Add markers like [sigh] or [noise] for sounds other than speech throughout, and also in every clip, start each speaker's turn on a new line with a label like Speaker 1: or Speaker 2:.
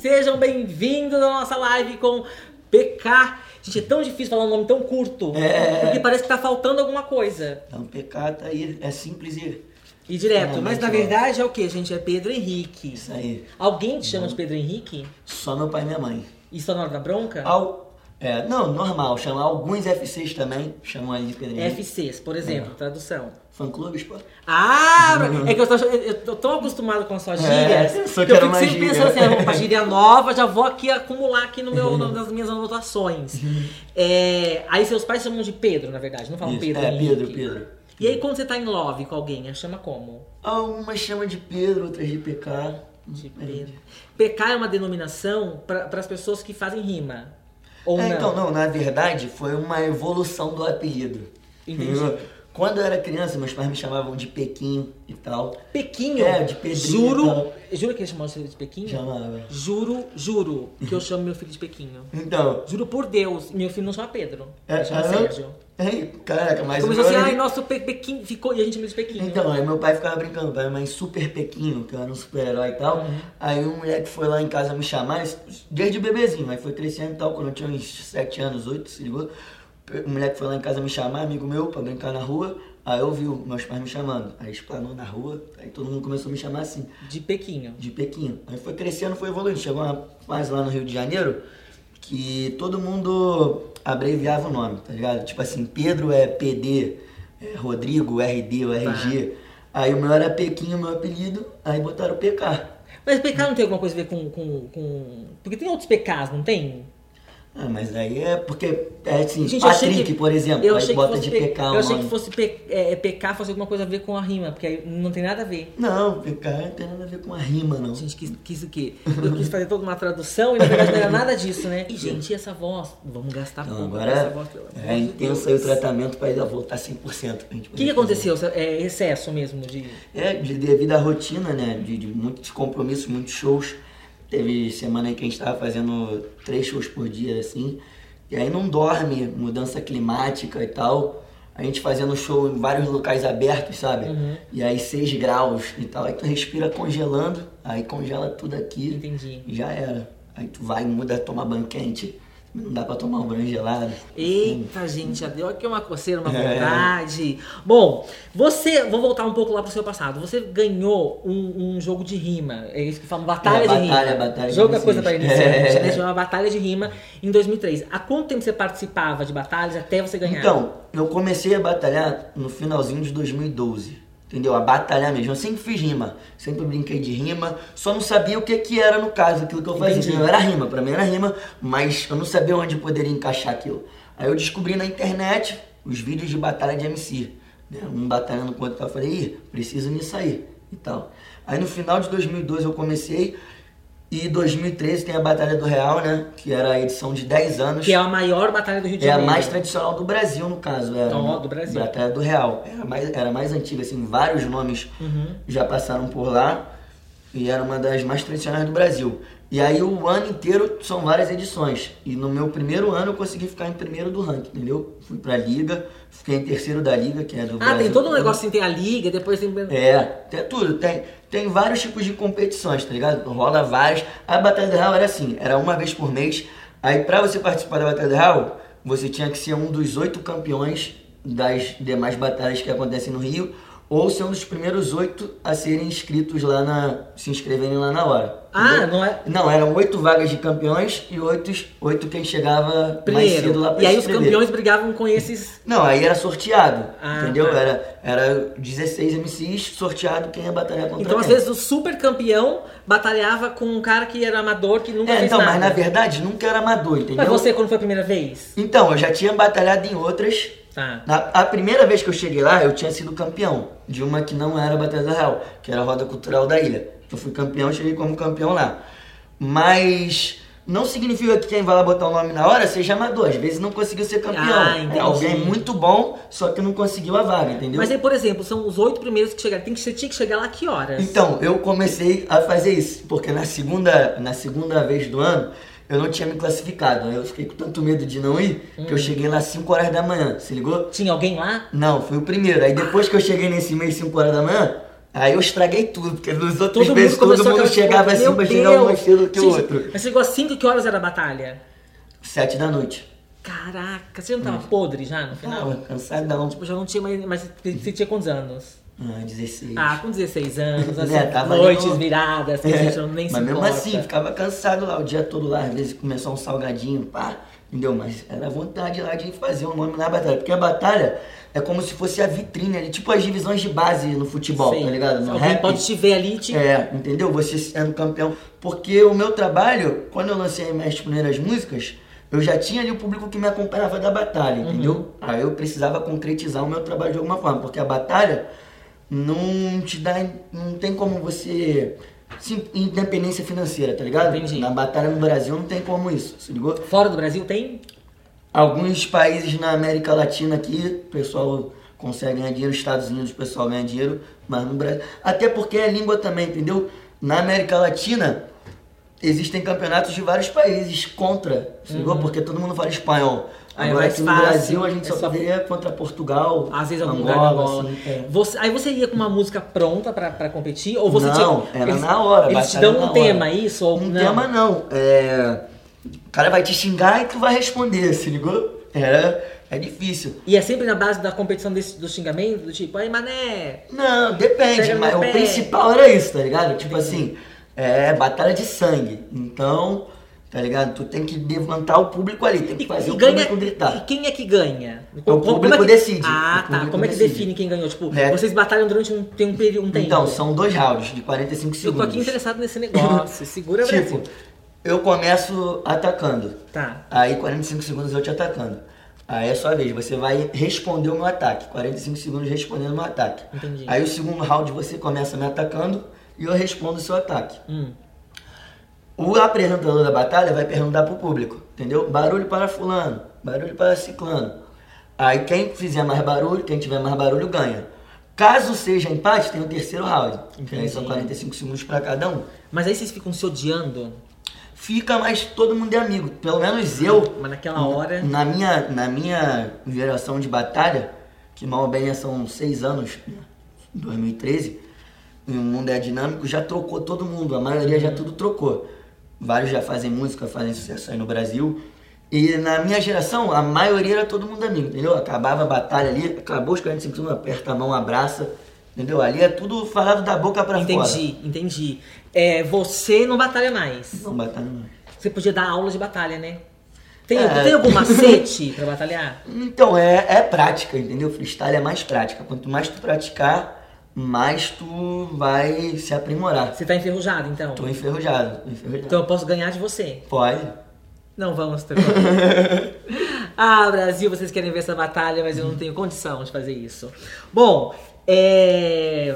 Speaker 1: Sejam bem-vindos à nossa live com PK. Gente, é tão difícil falar um nome tão curto.
Speaker 2: É.
Speaker 1: Porque parece que tá faltando alguma coisa.
Speaker 2: Então, pecado tá aí, é simples e.
Speaker 1: E direto.
Speaker 2: Não,
Speaker 1: Mas
Speaker 2: mas
Speaker 1: na
Speaker 2: não.
Speaker 1: verdade é o quê, gente? É Pedro Henrique.
Speaker 2: Isso aí.
Speaker 1: Alguém te chama de Pedro Henrique?
Speaker 2: Só meu pai e minha mãe.
Speaker 1: E só na hora da bronca?
Speaker 2: Al... É, não, normal. Chama alguns FCs também. Chamam ali de Pedrinho.
Speaker 1: FCs, por exemplo, tradução.
Speaker 2: Fã clubes, pô.
Speaker 1: Ah, é que eu tô, eu tô tão acostumado com suas gírias.
Speaker 2: É, só
Speaker 1: que eu
Speaker 2: quero
Speaker 1: fico
Speaker 2: uma
Speaker 1: sempre
Speaker 2: gíria.
Speaker 1: pensando assim, ah, vou pra gíria nova, já vou aqui acumular aqui no meu,
Speaker 2: [laughs]
Speaker 1: no- nas minhas anotações. É, aí seus pais chamam de Pedro, na verdade, não falam
Speaker 2: Isso,
Speaker 1: Pedro.
Speaker 2: é,
Speaker 1: Henrique.
Speaker 2: Pedro, Pedro.
Speaker 1: E aí quando você tá em love com alguém, a chama como?
Speaker 2: Algumas chamam de Pedro, outras de PK.
Speaker 1: De Pedro. PK é uma denominação para as pessoas que fazem rima. Ou
Speaker 2: É,
Speaker 1: não.
Speaker 2: então, não, na verdade foi uma evolução do apelido.
Speaker 1: Entendi.
Speaker 2: Eu- Quando eu era criança, meus pais me chamavam de Pequim e tal.
Speaker 1: Pequinho.
Speaker 2: É, de então. Pedrinho
Speaker 1: Juro.
Speaker 2: e tal.
Speaker 1: Juro que eles chamam você de Pequinho?
Speaker 2: Chamava.
Speaker 1: Juro, juro que eu chamo meu filho de Pequinho.
Speaker 2: Então.
Speaker 1: Juro por Deus, meu filho não chama Pedro.
Speaker 2: É,
Speaker 1: ele chama
Speaker 2: aham.
Speaker 1: Sérgio.
Speaker 2: Aí, caraca, mas.
Speaker 1: Começou
Speaker 2: eu
Speaker 1: assim,
Speaker 2: era-
Speaker 1: ai, nosso pe Pequim ficou. E a gente chama de Pequinho.
Speaker 2: Então, aí meu pai ficava brincando, pai, mas super pequinho, que eu era um super-herói e tal. Aí um moleque foi lá em casa me chamar, isso desde bebezinho, aí foi crescendo e tal, quando eu tinha uns 7 anos, 8, se ligou. Um moleque foi lá em casa me chamar, amigo meu, pra brincar na rua. Aí eu vi meus pais me chamando, aí explanou na rua, aí todo mundo começou a me chamar assim,
Speaker 1: De Pequinho.
Speaker 2: de pequinho. Aí foi crescendo, foi evoluindo. Chegou uma fase lá no Rio de Janeiro que todo mundo abreviava o nome, tá ligado? Tipo assim, Pedro é PD, é Rodrigo, RD, ou RG.
Speaker 1: Tá.
Speaker 2: Aí o meu era Pequinho, meu apelido, aí botaram PK.
Speaker 1: Mas PK não tem alguma coisa a ver com. com, com... Porque tem outros PKs, não tem?
Speaker 2: Ah, mas aí é porque, é assim,
Speaker 1: Gente, eu achei
Speaker 2: Patrick,
Speaker 1: que-
Speaker 2: por exemplo,
Speaker 1: eu
Speaker 2: aí
Speaker 1: achei que
Speaker 2: bota
Speaker 1: fosse
Speaker 2: de
Speaker 1: P-
Speaker 2: PK o
Speaker 1: Eu achei que
Speaker 2: nome.
Speaker 1: fosse P- é, PK fosse alguma coisa a ver com a rima, porque aí não tem nada a ver.
Speaker 2: Não, PK não tem nada a ver com a rima, não.
Speaker 1: Gente, quis, quis o quê? Eu quis fazer toda uma tradução e na verdade não era nada disso, né? E, gente, e essa voz? Vamos gastar
Speaker 2: Então
Speaker 1: pouco
Speaker 2: agora
Speaker 1: essa voz, pelo amor
Speaker 2: é
Speaker 1: de
Speaker 2: intenso aí
Speaker 1: Deus.
Speaker 2: o tratamento pra ele voltar 100%. pra gente
Speaker 1: O
Speaker 2: poder
Speaker 1: que, que
Speaker 2: fazer.
Speaker 1: aconteceu? É, excesso mesmo de.
Speaker 2: É, de, devido à rotina, né? De, de muitos compromissos, muitos shows. Teve semana aí que a gente tava fazendo três shows por dia, assim. E aí não dorme, mudança climática e tal. A gente fazendo show em vários locais abertos, sabe? E aí 6 graus e tal. Aí tu respira congelando, aí congela tudo aqui.
Speaker 1: Entendi.
Speaker 2: E já era. Aí tu vai, muda, toma banho quente. Não dá pra tomar um banho gelado.
Speaker 1: Eita, gente, já deu aqui uma coceira, uma
Speaker 2: É.
Speaker 1: vontade. Bom, você. Vou voltar um pouco lá pro seu passado. Você ganhou um, um jogo de rima. É isso que falam, batalha
Speaker 2: É,
Speaker 1: de rima.
Speaker 2: batalha, batalha de
Speaker 1: Jogo é coisa pra
Speaker 2: iniciante.
Speaker 1: iniciante,
Speaker 2: É.
Speaker 1: né? Chama Batalha de Rima em 2003. Há quanto tempo você participava de batalhas até você ganhar?
Speaker 2: Então, eu comecei a batalhar no finalzinho de 2012. Entendeu? A batalhar mesmo. Eu sempre fiz rima. Sempre brinquei de rima. Só não sabia o que, que era, no caso, aquilo que eu fazia.
Speaker 1: Entendi.
Speaker 2: entendeu? Era rima, pra mim era rima, mas eu não sabia onde eu poderia encaixar aquilo. Aí eu descobri na internet os vídeos de batalha de MC. Né? Um batalhando com o outro. Eu falei, Ih, preciso nisso aí. E tal. Aí no final de 2012 eu comecei. E 2013 tem a Batalha do Real, né? Que era a edição de 10 anos.
Speaker 1: Que é a maior batalha do Rio de
Speaker 2: É a
Speaker 1: Janeiro.
Speaker 2: mais tradicional do Brasil, no caso. Era,
Speaker 1: Então,
Speaker 2: né?
Speaker 1: do Brasil.
Speaker 2: Batalha do Real. Era mais, era mais antiga, assim, vários nomes
Speaker 1: Uhum.
Speaker 2: já passaram por lá. E era uma das mais tradicionais do Brasil. E aí o ano inteiro são várias edições. E no meu primeiro ano eu consegui ficar em primeiro do ranking, entendeu? Fui pra Liga, fiquei em terceiro da Liga, que é do
Speaker 1: Ah,
Speaker 2: Brasil.
Speaker 1: tem todo um
Speaker 2: todo.
Speaker 1: negócio assim, tem a liga, depois tem.
Speaker 2: É, tem tudo, tem, tem vários tipos de competições, tá ligado? Rola várias. A Batalha do Real era assim, era uma vez por mês. Aí pra você participar da Batalha do Real, você tinha que ser um dos oito campeões das demais batalhas que acontecem no Rio, ou ser um dos primeiros oito a serem inscritos lá na. se inscreverem lá na hora.
Speaker 1: Ah,
Speaker 2: entendeu?
Speaker 1: não é-
Speaker 2: Não, eram oito vagas de campeões e oito, oito quem chegava mais cedo
Speaker 1: Primeiro.
Speaker 2: lá pra
Speaker 1: E aí
Speaker 2: se
Speaker 1: os
Speaker 2: inscrever.
Speaker 1: campeões brigavam com esses.
Speaker 2: Não, aí era sorteado,
Speaker 1: Ah,
Speaker 2: entendeu?
Speaker 1: tá.
Speaker 2: Era, era 16 MCs sorteado quem ia batalhar contra
Speaker 1: Então,
Speaker 2: quem.
Speaker 1: às vezes, o super campeão batalhava com um cara que era amador que nunca
Speaker 2: É,
Speaker 1: um fez
Speaker 2: então,
Speaker 1: nada.
Speaker 2: mas na verdade nunca era amador, entendeu?
Speaker 1: Mas você, quando foi a primeira vez?
Speaker 2: Então, eu já tinha batalhado em outras.
Speaker 1: Tá.
Speaker 2: Na, a primeira vez que eu cheguei lá, eu tinha sido campeão de uma que não era Batalha da Real, que era a Roda Cultural da Ilha. Eu fui campeão, cheguei como campeão lá. Mas não significa que quem vai lá botar o nome na hora seja amador. Às vezes não conseguiu ser campeão.
Speaker 1: Ah, entendi.
Speaker 2: é alguém muito bom, só que não conseguiu a vaga, entendeu?
Speaker 1: Mas aí, por exemplo, são os oito primeiros que chegaram. Tem que, você tinha que chegar lá que horas?
Speaker 2: Então, eu comecei a fazer isso, porque na segunda, na segunda vez do ano eu não tinha me classificado. Eu fiquei com tanto medo de não ir que
Speaker 1: Hum.
Speaker 2: eu cheguei lá 5 horas da manhã, se ligou?
Speaker 1: Tinha alguém lá?
Speaker 2: Não, fui o primeiro. Aí depois que eu cheguei nesse mês 5 horas da manhã, Aí eu estraguei tudo, porque nos outros
Speaker 1: Todo
Speaker 2: meses
Speaker 1: mundo começou
Speaker 2: todo mundo
Speaker 1: a calcular,
Speaker 2: chegava assim,
Speaker 1: meu
Speaker 2: mas chegava mais
Speaker 1: Deus.
Speaker 2: cedo que o
Speaker 1: Gente,
Speaker 2: outro.
Speaker 1: Mas você chegou às 5 que horas era a batalha?
Speaker 2: Sete da noite.
Speaker 1: Caraca, você não tava podre já no final?
Speaker 2: Tava cansadão.
Speaker 1: Tipo, já não tinha mais. Mas você tinha quantos anos?
Speaker 2: Ah, 16.
Speaker 1: Ah, com 16 anos, assim,
Speaker 2: [laughs] É, tava
Speaker 1: noites
Speaker 2: no- É,
Speaker 1: viradas, que a gente não nem se
Speaker 2: Mas mesmo
Speaker 1: importa.
Speaker 2: assim, ficava cansado lá o dia todo lá, às vezes começou um salgadinho, pá, entendeu? Mas era vontade lá de fazer um nome na batalha. Porque a batalha é como se fosse a vitrine ali, tipo as divisões de base no futebol,
Speaker 1: Sei.
Speaker 2: tá ligado? No
Speaker 1: Alguém
Speaker 2: rap.
Speaker 1: pode te ver ali e te.
Speaker 2: É, entendeu? Você sendo campeão. Porque o meu trabalho, quando eu lancei minhas primeiras músicas, eu já tinha ali o público que me acompanhava da batalha, entendeu? Aí eu precisava concretizar o meu trabalho de alguma forma, porque a batalha não te dá. não tem como você. sim, independência financeira, tá ligado?
Speaker 1: Entendi.
Speaker 2: Na batalha no Brasil não tem como isso, se ligou?
Speaker 1: Fora do Brasil tem?
Speaker 2: Alguns países na América Latina aqui, o pessoal consegue ganhar dinheiro, Estados Unidos o pessoal ganha dinheiro, mas no Brasil. Até porque é língua também, entendeu? Na América Latina existem campeonatos de vários países contra, entendeu? Porque todo mundo fala espanhol.
Speaker 1: Uhum. Aí é
Speaker 2: Agora
Speaker 1: mais
Speaker 2: aqui no
Speaker 1: fácil,
Speaker 2: Brasil a gente
Speaker 1: é
Speaker 2: só
Speaker 1: só-
Speaker 2: poderia contra Portugal,
Speaker 1: Às vezes algum lugar
Speaker 2: Angola,
Speaker 1: na bola.
Speaker 2: assim, é.
Speaker 1: Você- aí você ia com uma música pronta pra, pra competir? Ou você
Speaker 2: não,
Speaker 1: tinha. um-
Speaker 2: era
Speaker 1: eles-
Speaker 2: na hora.
Speaker 1: Eles te
Speaker 2: batalha
Speaker 1: dão
Speaker 2: na
Speaker 1: um
Speaker 2: hora.
Speaker 1: tema, isso? Ou
Speaker 2: Um
Speaker 1: não?
Speaker 2: tema não. É... O cara vai te xingar e tu vai responder, se ligou? Era... É difícil.
Speaker 1: E é sempre na base da competição desse, do xingamento, do tipo, aí mané,
Speaker 2: Não, depende,
Speaker 1: Pega no
Speaker 2: mas o
Speaker 1: pé.
Speaker 2: principal era isso, tá ligado? Tipo assim, é batalha de sangue. Então, tá ligado? Tu tem que levantar o público ali, tem
Speaker 1: E,
Speaker 2: que fazer
Speaker 1: e
Speaker 2: o
Speaker 1: ganha,
Speaker 2: público
Speaker 1: e
Speaker 2: gritar.
Speaker 1: quem é que ganha?
Speaker 2: É, o público
Speaker 1: que,
Speaker 2: decide.
Speaker 1: Ah, tá.
Speaker 2: O público
Speaker 1: Como é que
Speaker 2: decide.
Speaker 1: define quem ganhou? Tipo,
Speaker 2: É.
Speaker 1: vocês batalham durante um, tem um período, um tempo.
Speaker 2: Então, são dois rounds de 45
Speaker 1: Eu tô
Speaker 2: segundos.
Speaker 1: aqui interessado nesse negócio.
Speaker 2: [laughs]
Speaker 1: Segura,
Speaker 2: Tipo,
Speaker 1: Brasil.
Speaker 2: eu começo atacando.
Speaker 1: Tá.
Speaker 2: Aí 45 segundos eu te atacando. Aí é sua vez, você vai responder o meu ataque. 45 segundos respondendo o meu ataque.
Speaker 1: Entendi.
Speaker 2: Aí o segundo round você começa me atacando e eu respondo o seu ataque.
Speaker 1: Hum.
Speaker 2: O apresentador da batalha vai perguntar pro público, entendeu? Barulho para fulano, barulho para ciclano. Aí quem fizer mais barulho, quem tiver mais barulho ganha. Caso seja empate, tem o terceiro round. Que aí são
Speaker 1: Entendi.
Speaker 2: 45 segundos para cada um.
Speaker 1: Mas aí vocês ficam se odiando.
Speaker 2: Fica mais todo mundo é amigo. Pelo menos eu,
Speaker 1: Mas naquela hora.
Speaker 2: na minha, na minha geração de batalha, que mal ou bem é, são seis anos, né? 2013, e o mundo é dinâmico, já trocou todo mundo, a maioria já tudo trocou. Vários já fazem música, fazem sucesso aí no Brasil. E na minha geração, a maioria era todo mundo amigo, entendeu? Acabava a batalha ali, acabou os 45 segundos, aperta a mão, abraça, entendeu? Ali é tudo falado da boca pra fora.
Speaker 1: Entendi, entendi. É, você não batalha mais.
Speaker 2: Não, batalha não.
Speaker 1: Você podia dar aula de batalha, né? Tem,
Speaker 2: É.
Speaker 1: tem algum [laughs] macete pra batalhar?
Speaker 2: Então, é, é prática, entendeu? Freestyle é mais prática. Quanto mais tu praticar, mais tu vai se aprimorar.
Speaker 1: Você tá enferrujado, então?
Speaker 2: Tô enferrujado, tô enferrujado.
Speaker 1: Então eu posso ganhar de você.
Speaker 2: Pode.
Speaker 1: Não vamos tá ter. [laughs] ah, Brasil, vocês querem ver essa batalha, mas eu não tenho condição de fazer isso. Bom, é...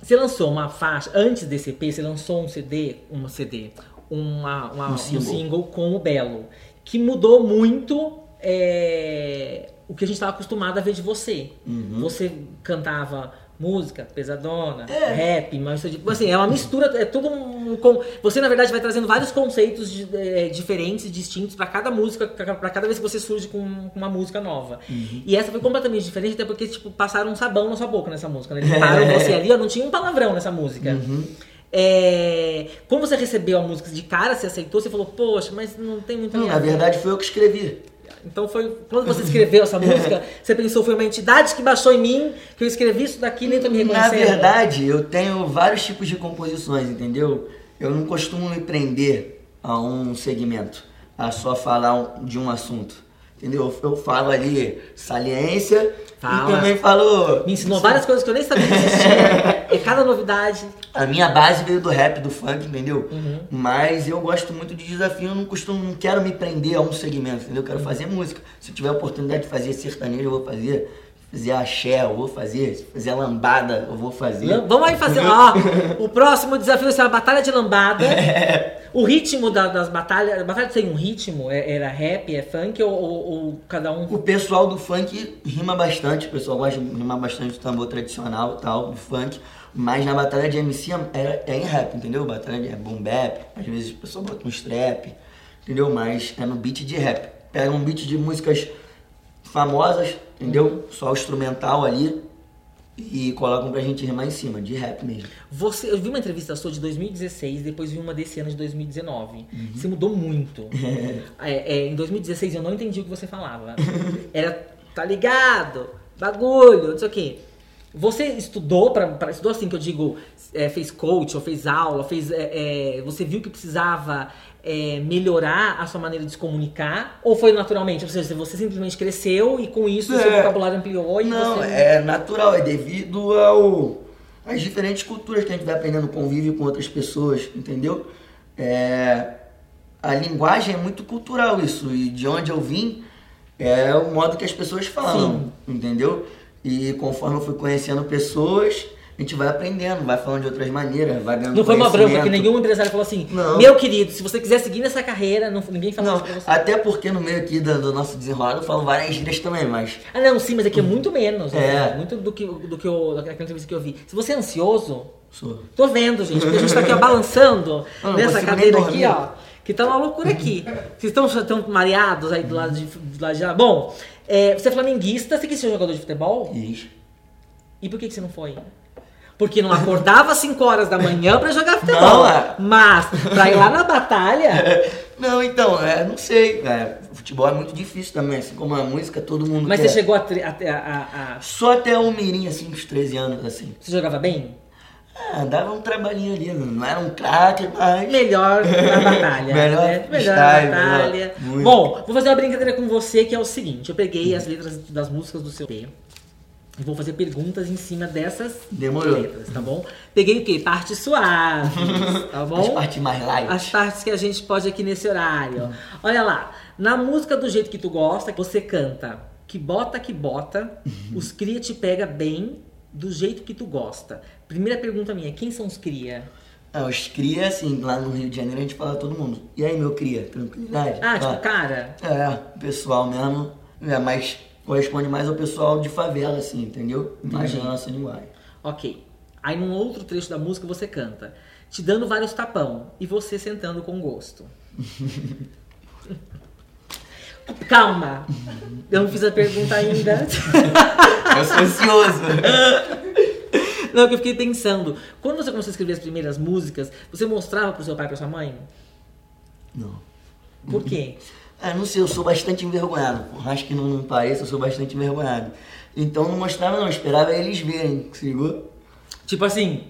Speaker 1: você lançou uma faixa. Antes desse EP, você lançou um CD, um CD, uma, uma-
Speaker 2: Um
Speaker 1: um,
Speaker 2: single.
Speaker 1: single. com o Belo, que mudou muito. é, O que a gente estava acostumado a ver de você.
Speaker 2: Uhum.
Speaker 1: Você cantava música pesadona,
Speaker 2: É.
Speaker 1: rap, mas tipo, assim, é uma mistura, é tudo um, com você na verdade vai trazendo vários conceitos de- eh, diferentes, distintos pra cada música, pra cada vez que você surge com, com uma música nova.
Speaker 2: Uhum.
Speaker 1: E essa foi completamente diferente, até porque tipo passaram um sabão na sua boca nessa música, né?
Speaker 2: [laughs]
Speaker 1: Limparam
Speaker 2: É.
Speaker 1: você ali, ó, não tinha um palavrão nessa música.
Speaker 2: Uhum.
Speaker 1: É, Como você recebeu a música de cara, você aceitou, você falou, poxa, mas não tem muito
Speaker 2: Não, Então, na verdade foi eu que escrevi.
Speaker 1: então foi. Quando você escreveu
Speaker 2: [laughs]
Speaker 1: essa música, você pensou, foi uma entidade que baixou em mim, que eu escrevi isso daqui nem tô me
Speaker 2: Na
Speaker 1: reconhecendo.
Speaker 2: verdade, eu tenho vários tipos de composições, entendeu? Eu não costumo me prender a um segmento, a só falar um- de um assunto. Entendeu? Eu falo ali saliência e
Speaker 1: Fala.
Speaker 2: também falo.
Speaker 1: Me ensinou várias coisas que eu nem sabia que existia. é cada novidade.
Speaker 2: A minha base veio do rap, do funk, entendeu? Mas eu gosto muito de desafio, eu não costumo, não quero me prender a um segmento, entendeu? Eu quero fazer música. Se eu tiver a oportunidade de fazer sertanejo, eu vou fazer. Se fizer axé, eu vou fazer. Se fizer lambada, eu vou fazer.
Speaker 1: Lam- Vamos aí fazer, ó. O próximo desafio vai ser a batalha de
Speaker 2: [laughs]
Speaker 1: lambada. O ritmo da- das batalhas. A batalha tem um ritmo? É- Era rap, é funk ou, ou- ou cada um.
Speaker 2: O pessoal do funk rima bastante, o pessoal gosta de rimar bastante do tambor tradicional e tal, do funk. Mas na batalha de MC é, é em rap, entendeu? Batalha de é boom bap, às vezes o pessoal bota um strap, entendeu? Mas é no beat de rap. Pega um beat de músicas famosas, entendeu? Só o instrumental ali, E colocam pra gente rimar em cima, de rap mesmo.
Speaker 1: Você, eu vi uma entrevista sua de 2016, depois vi uma desse ano de 2019.
Speaker 2: Uhum.
Speaker 1: Você mudou
Speaker 2: [laughs]
Speaker 1: muito. É, é, em 2016 eu não entendi o que você falava. Era, tá ligado? Bagulho, não sei o quê. Você estudou pra, pra- estudou assim que eu digo, é, fez coach, ou fez aula, fez. é, é, você viu que precisava é, melhorar a sua maneira de se comunicar? Ou foi naturalmente? Ou seja, você simplesmente cresceu e com isso seu
Speaker 2: É.
Speaker 1: vocabulário ampliou e
Speaker 2: Não,
Speaker 1: você.
Speaker 2: é natural, é devido ao às diferentes culturas que a gente vai aprendendo convívio com outras pessoas, entendeu? É, a linguagem é muito cultural isso, e de onde eu vim é o modo que as pessoas falam, entendeu? E conforme eu fui conhecendo pessoas, a gente vai aprendendo, vai falando de outras maneiras, vai ganhando
Speaker 1: Não foi uma branca que
Speaker 2: conhecimento.
Speaker 1: nenhum empresário falou assim,
Speaker 2: Não.
Speaker 1: meu querido, se você quiser seguir nessa carreira, não, ninguém falou
Speaker 2: Não,
Speaker 1: isso pra você.
Speaker 2: até porque no meio aqui do, do nosso desenrolado eu falo várias gírias também, mas
Speaker 1: Ah, não, sim, mas aqui é muito menos. né?
Speaker 2: É.
Speaker 1: Muito do que, do que eu, daquela entrevista que eu vi. Se você é ansioso,
Speaker 2: sou.
Speaker 1: tô vendo, gente, porque a gente tá aqui ó,
Speaker 2: [laughs]
Speaker 1: balançando
Speaker 2: Eu Ah, não
Speaker 1: nessa
Speaker 2: consigo
Speaker 1: cadeira
Speaker 2: nem
Speaker 1: aqui,
Speaker 2: dormir.
Speaker 1: ó. Que tá uma loucura aqui. Vocês estão tão mareados aí do lado de, do lado de lá. Bom, é, você é flamenguista, você quis ser jogador de futebol?
Speaker 2: Isso.
Speaker 1: E por que, que você não foi? Porque não acordava às 5 horas da manhã pra jogar futebol.
Speaker 2: é.
Speaker 1: Mas, pra ir lá na batalha.
Speaker 2: [laughs] Não, então, é, não sei. É, futebol é muito difícil também, assim como a música, todo mundo
Speaker 1: Mas
Speaker 2: quer.
Speaker 1: você chegou a, tre- a, a- a- a-
Speaker 2: Só até o mirim, assim, uns 13 anos, assim.
Speaker 1: Você jogava bem?
Speaker 2: Ah, dava um trabalhinho ali, não não era um craque,
Speaker 1: Tá
Speaker 2: mas...
Speaker 1: Melhor na
Speaker 2: [laughs]
Speaker 1: batalha.
Speaker 2: Melhor
Speaker 1: né? melhor na
Speaker 2: freestyle,
Speaker 1: batalha.
Speaker 2: melhor. Muito.
Speaker 1: Bom, vou fazer uma brincadeira com você que é o seguinte: eu peguei as letras das músicas do seu P e vou fazer perguntas em cima dessas
Speaker 2: Demorou.
Speaker 1: letras, tá bom? Peguei o quê? Partes
Speaker 2: [laughs]
Speaker 1: suaves, tá
Speaker 2: As
Speaker 1: bom?
Speaker 2: partes mais light.
Speaker 1: As partes que a gente pode aqui nesse horário. Olha lá, na música do jeito que tu gosta, você canta que bota, que bota, os cria te pega bem do jeito que tu gosta. Primeira pergunta minha, quem são os cria?
Speaker 2: Ah, os cria, assim, lá no Rio de Janeiro, a gente fala todo mundo. E aí, meu cria, tranquilidade?
Speaker 1: Ah, tipo,
Speaker 2: Tá.
Speaker 1: cara,
Speaker 2: É, o pessoal mesmo, é, mas corresponde mais ao pessoal de favela, assim, entendeu? Mais na nossa linguagem.
Speaker 1: ok. Aí num outro trecho da música você canta, te dando vários tapão e você sentando com gosto. Calma, eu não fiz a pergunta ainda.
Speaker 2: Eu sou
Speaker 1: [laughs]
Speaker 2: ansioso.
Speaker 1: Não, que eu fiquei pensando. Quando você começou a escrever as primeiras músicas, você mostrava pro seu pai e pra sua mãe?
Speaker 2: não.
Speaker 1: Por
Speaker 2: [laughs]
Speaker 1: quê?
Speaker 2: Ah, não sei, eu sou bastante envergonhado. Por mais que não, não pareça, eu sou bastante envergonhado. Então não mostrava não, esperava eles verem, se ligou?
Speaker 1: Tipo assim,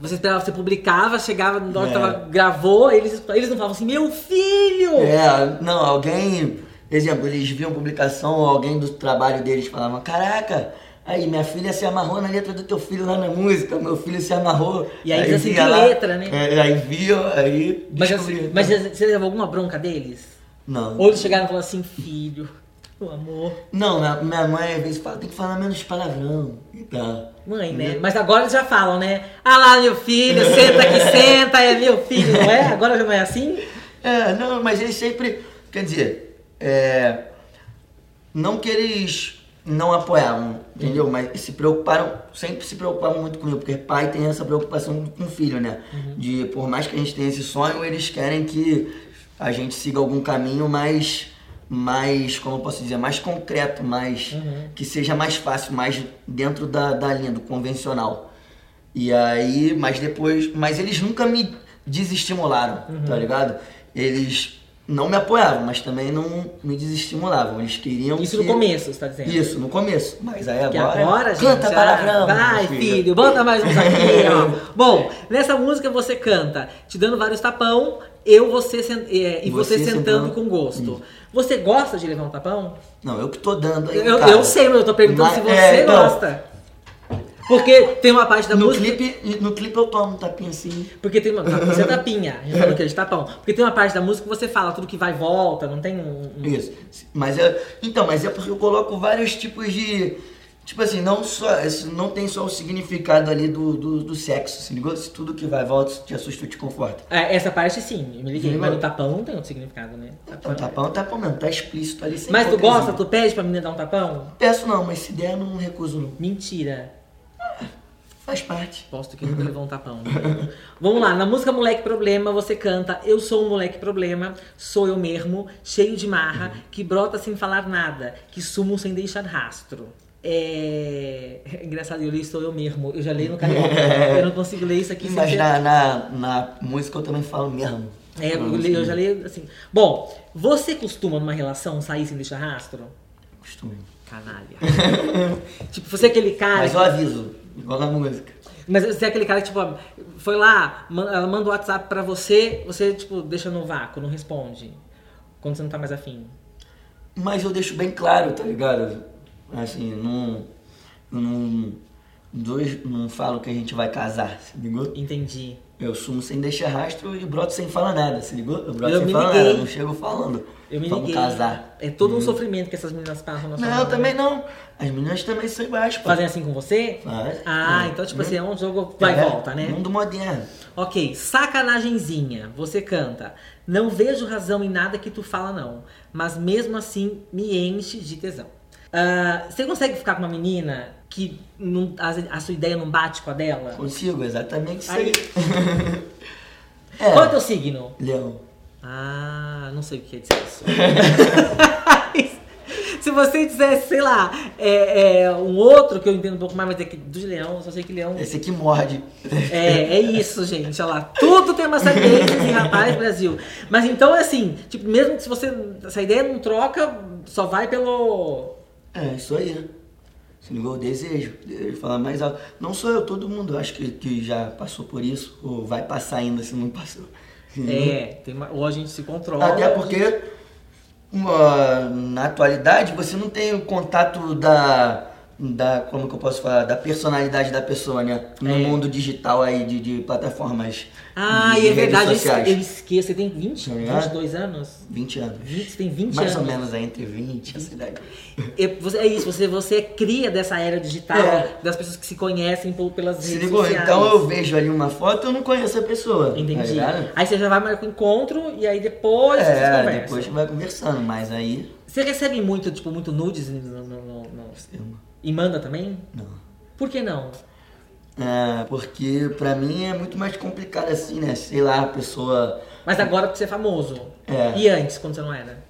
Speaker 1: você esperava, você publicava, chegava na hora que
Speaker 2: É.
Speaker 1: tava, gravou, eles, eles não falavam assim, meu filho!
Speaker 2: É, não, alguém, exemplo, eles viam publicação, alguém do trabalho deles falava, caraca, aí minha filha se amarrou na letra do teu filho lá na música, meu filho se amarrou.
Speaker 1: E aí diz assim,
Speaker 2: via
Speaker 1: que letra, né?
Speaker 2: É, aí via, aí
Speaker 1: Mas, assim,
Speaker 2: descobria.
Speaker 1: mas é você levou alguma bronca deles?
Speaker 2: Não,
Speaker 1: Ou eles chegaram e falaram assim, filho, meu amor.
Speaker 2: não, minha, minha mãe às vezes fala, tem que falar menos palavrão e tá. tal.
Speaker 1: Mãe, né? Mas agora eles já falam, né? Ah lá, meu filho, senta que senta, é meu filho, não é? Agora já não é assim?
Speaker 2: É, não, mas eles sempre. Quer dizer, é, não que eles não apoiavam, entendeu? Mas se preocuparam, sempre se preocupavam muito comigo, porque pai tem essa preocupação com o filho, né? De por mais que a gente tenha esse sonho, eles querem que a gente siga algum caminho mais. Mais, como eu posso dizer, mais concreto, mais. que seja mais fácil, mais dentro da, da linha, do convencional. E aí, mas depois. Mas eles nunca me desestimularam, tá ligado? Eles não me apoiavam, mas também não me desestimulavam. Eles queriam.
Speaker 1: Isso
Speaker 2: que-
Speaker 1: no começo, você tá dizendo?
Speaker 2: Isso, no começo. Mas aí
Speaker 1: Que
Speaker 2: agora.
Speaker 1: agora, gente.
Speaker 2: canta
Speaker 1: já-
Speaker 2: palavrão!
Speaker 1: Vai,
Speaker 2: meu
Speaker 1: filho. bota mais um saquinho.
Speaker 2: [laughs]
Speaker 1: ó. Bom, nessa música você canta, te dando vários tapão, eu você sen- é, e você,
Speaker 2: Você
Speaker 1: sentando
Speaker 2: sentando.
Speaker 1: com gosto. Você gosta de levar um tapão?
Speaker 2: Não, eu que tô dando aí.
Speaker 1: Eu,
Speaker 2: cara.
Speaker 1: eu sei, mas eu tô perguntando
Speaker 2: Mas-
Speaker 1: se você
Speaker 2: é, então,
Speaker 1: gosta. Porque tem uma parte da
Speaker 2: No
Speaker 1: música.
Speaker 2: clipe, no clipe eu tomo um tapinha assim.
Speaker 1: Porque tem uma. Isso
Speaker 2: [laughs]
Speaker 1: é tapinha, a gente falou que é de tapão. Porque tem uma parte da música que você fala tudo que vai e volta, não tem um. um-
Speaker 2: Isso. Mas é, então, mas é porque eu coloco vários tipos de. Tipo assim, não só. isso Não tem só o significado ali do, do, do sexo, se ligou? Se tudo que vai, volta, se te assusta, ou te conforta.
Speaker 1: É, Essa parte sim, eu me liguei.
Speaker 2: Sim,
Speaker 1: Mas
Speaker 2: mas-
Speaker 1: no tapão não tem outro significado, né?
Speaker 2: Então, tapão, tapão mesmo, tá explícito ali. Sem
Speaker 1: Mas tu
Speaker 2: hipocrisia.
Speaker 1: gosta, tu pede pra menina dar um tapão?
Speaker 2: Peço não, mas se der, não recuso não.
Speaker 1: Mentira.
Speaker 2: Faz parte.
Speaker 1: Aposto que nunca levou um tapão. Vamos lá, na música Moleque Problema, você canta Eu sou um moleque problema, sou eu mesmo, cheio de marra, que brota sem falar nada, que sumo sem deixar rastro. É... é engraçado, eu li Sou Eu Mesmo. Eu já leio no carioca. né? eu não consigo ler isso aqui sem
Speaker 2: Mas
Speaker 1: ter-
Speaker 2: na, na, na música eu também falo mesmo.
Speaker 1: É, eu,
Speaker 2: Não,
Speaker 1: leio- eu
Speaker 2: assim,
Speaker 1: já leio assim. Bom, você costuma numa relação sair sem deixar rastro?
Speaker 2: costumo.
Speaker 1: Canalha. [laughs] tipo, você é aquele cara.
Speaker 2: Mas eu aviso, igual na música.
Speaker 1: Mas você é aquele cara que, tipo, foi lá, man- ela manda o WhatsApp pra você, você, tipo, deixa no vácuo, não responde. Quando você não tá mais afim.
Speaker 2: Mas eu deixo bem claro, tá ligado? Assim, não. Não, dois, não falo que a gente vai casar, se ligou?
Speaker 1: Entendi.
Speaker 2: Eu sumo sem deixar rastro e broto sem falar nada, se ligou? Eu broto
Speaker 1: Eu me
Speaker 2: sem falar
Speaker 1: liguei.
Speaker 2: nada, não chego falando.
Speaker 1: Eu me
Speaker 2: Vamos
Speaker 1: liguei.
Speaker 2: casar. Uhum.
Speaker 1: É todo um sofrimento que essas meninas passam na sua
Speaker 2: Não,
Speaker 1: mão,
Speaker 2: eu
Speaker 1: né?
Speaker 2: também não. As meninas também são iguais, pô.
Speaker 1: Fazem assim com você?
Speaker 2: Faz.
Speaker 1: Ah,
Speaker 2: É.
Speaker 1: então, tipo
Speaker 2: Hum.
Speaker 1: assim, é um jogo vai e
Speaker 2: É,
Speaker 1: volta, né?
Speaker 2: Mundo moderno.
Speaker 1: Ok, sacanagenzinha. Você canta. Não vejo razão em nada que tu fala, não. Mas mesmo assim, me enche de tesão. Ah, você consegue ficar com uma menina que não- a, a sua ideia não bate com a dela?
Speaker 2: Consigo, exatamente isso
Speaker 1: Aí.
Speaker 2: aí. [laughs] é,
Speaker 1: Qual é o teu signo?
Speaker 2: Leão.
Speaker 1: Ah, não sei o que é dizer isso. [laughs] Se você dissesse, sei lá, é, é, um outro que eu entendo um pouco mais, mas é que dos leão, eu só sei que leão.
Speaker 2: Esse aqui morde.
Speaker 1: É, é isso, gente. Olha lá. Tudo tem uma saidez em rapaz Brasil. Mas então, assim, tipo, mesmo que se você. Essa ideia não troca, só vai pelo.
Speaker 2: É, isso aí. Se ligou o é desejo, desejo de falar mais alto. Não sou eu, todo mundo acho que, que já passou por isso, ou vai passar ainda se não passou. Se ligou?
Speaker 1: É, tem uma- ou a gente se controla.
Speaker 2: Uhum. Até porque uma- na atualidade você não tem o contato da. Da, como que eu posso falar? Da personalidade da pessoa, né? No
Speaker 1: É.
Speaker 2: mundo digital aí de, de plataformas.
Speaker 1: Ah,
Speaker 2: de
Speaker 1: e é
Speaker 2: redes
Speaker 1: verdade, eu
Speaker 2: sociais.
Speaker 1: esque- eu esqueço. Você tem 20,
Speaker 2: Tá ligado?
Speaker 1: 22 anos?
Speaker 2: 20 anos.
Speaker 1: 20, você tem 20
Speaker 2: Mais ou
Speaker 1: anos.
Speaker 2: menos aí, entre 20 e essa idade.
Speaker 1: É, você- é isso, você, você é cria dessa era digital,
Speaker 2: É.
Speaker 1: das pessoas que se conhecem por, pelas
Speaker 2: Se
Speaker 1: redes
Speaker 2: ligou?
Speaker 1: sociais.
Speaker 2: Então eu vejo ali uma foto eu não conheço a pessoa. Tá
Speaker 1: Entendi.
Speaker 2: ligado?
Speaker 1: aí você já vai marcar o encontro e aí depois vocês
Speaker 2: é,
Speaker 1: conversam.
Speaker 2: depois vai conversando, mas aí.
Speaker 1: Você recebe muito, tipo, muito nudes no- no- no- no-
Speaker 2: eu
Speaker 1: e manda também?
Speaker 2: Não.
Speaker 1: Por que não?
Speaker 2: É, porque pra mim é muito mais complicado assim, né? Sei lá, a pessoa.
Speaker 1: Mas agora pra você é famoso.
Speaker 2: É.
Speaker 1: E antes, quando você não era?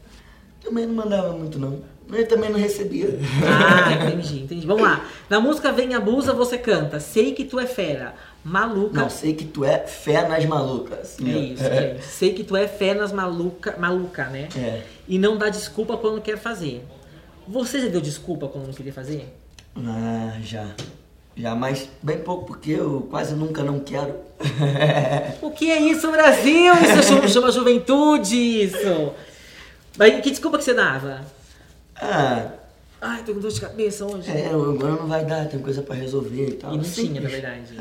Speaker 2: Também não mandava muito, não. Eu também não recebia.
Speaker 1: Ah, entendi, entendi. Vamos lá. Na música Vem Abusa, você canta. Sei que tu é fera. Maluca.
Speaker 2: Não, sei que tu é fé nas malucas. assim,
Speaker 1: É isso, gente. Sei que tu é fenas maluca, maluca, né?
Speaker 2: É.
Speaker 1: E não dá desculpa quando quer fazer. Você já deu desculpa quando não queria fazer?
Speaker 2: [laughs] Ah, já. Já, mas bem pouco, porque eu quase nunca não quero. [laughs]
Speaker 1: O que é isso, Brasil? Isso
Speaker 2: [laughs]
Speaker 1: chama, chama juventude, isso. Mas que desculpa que você dava?
Speaker 2: ah,
Speaker 1: Ai, tô com dor de cabeça hoje.
Speaker 2: é, agora não vai dar, tem coisa pra resolver e tal.
Speaker 1: E não
Speaker 2: Sim.
Speaker 1: tinha, na verdade.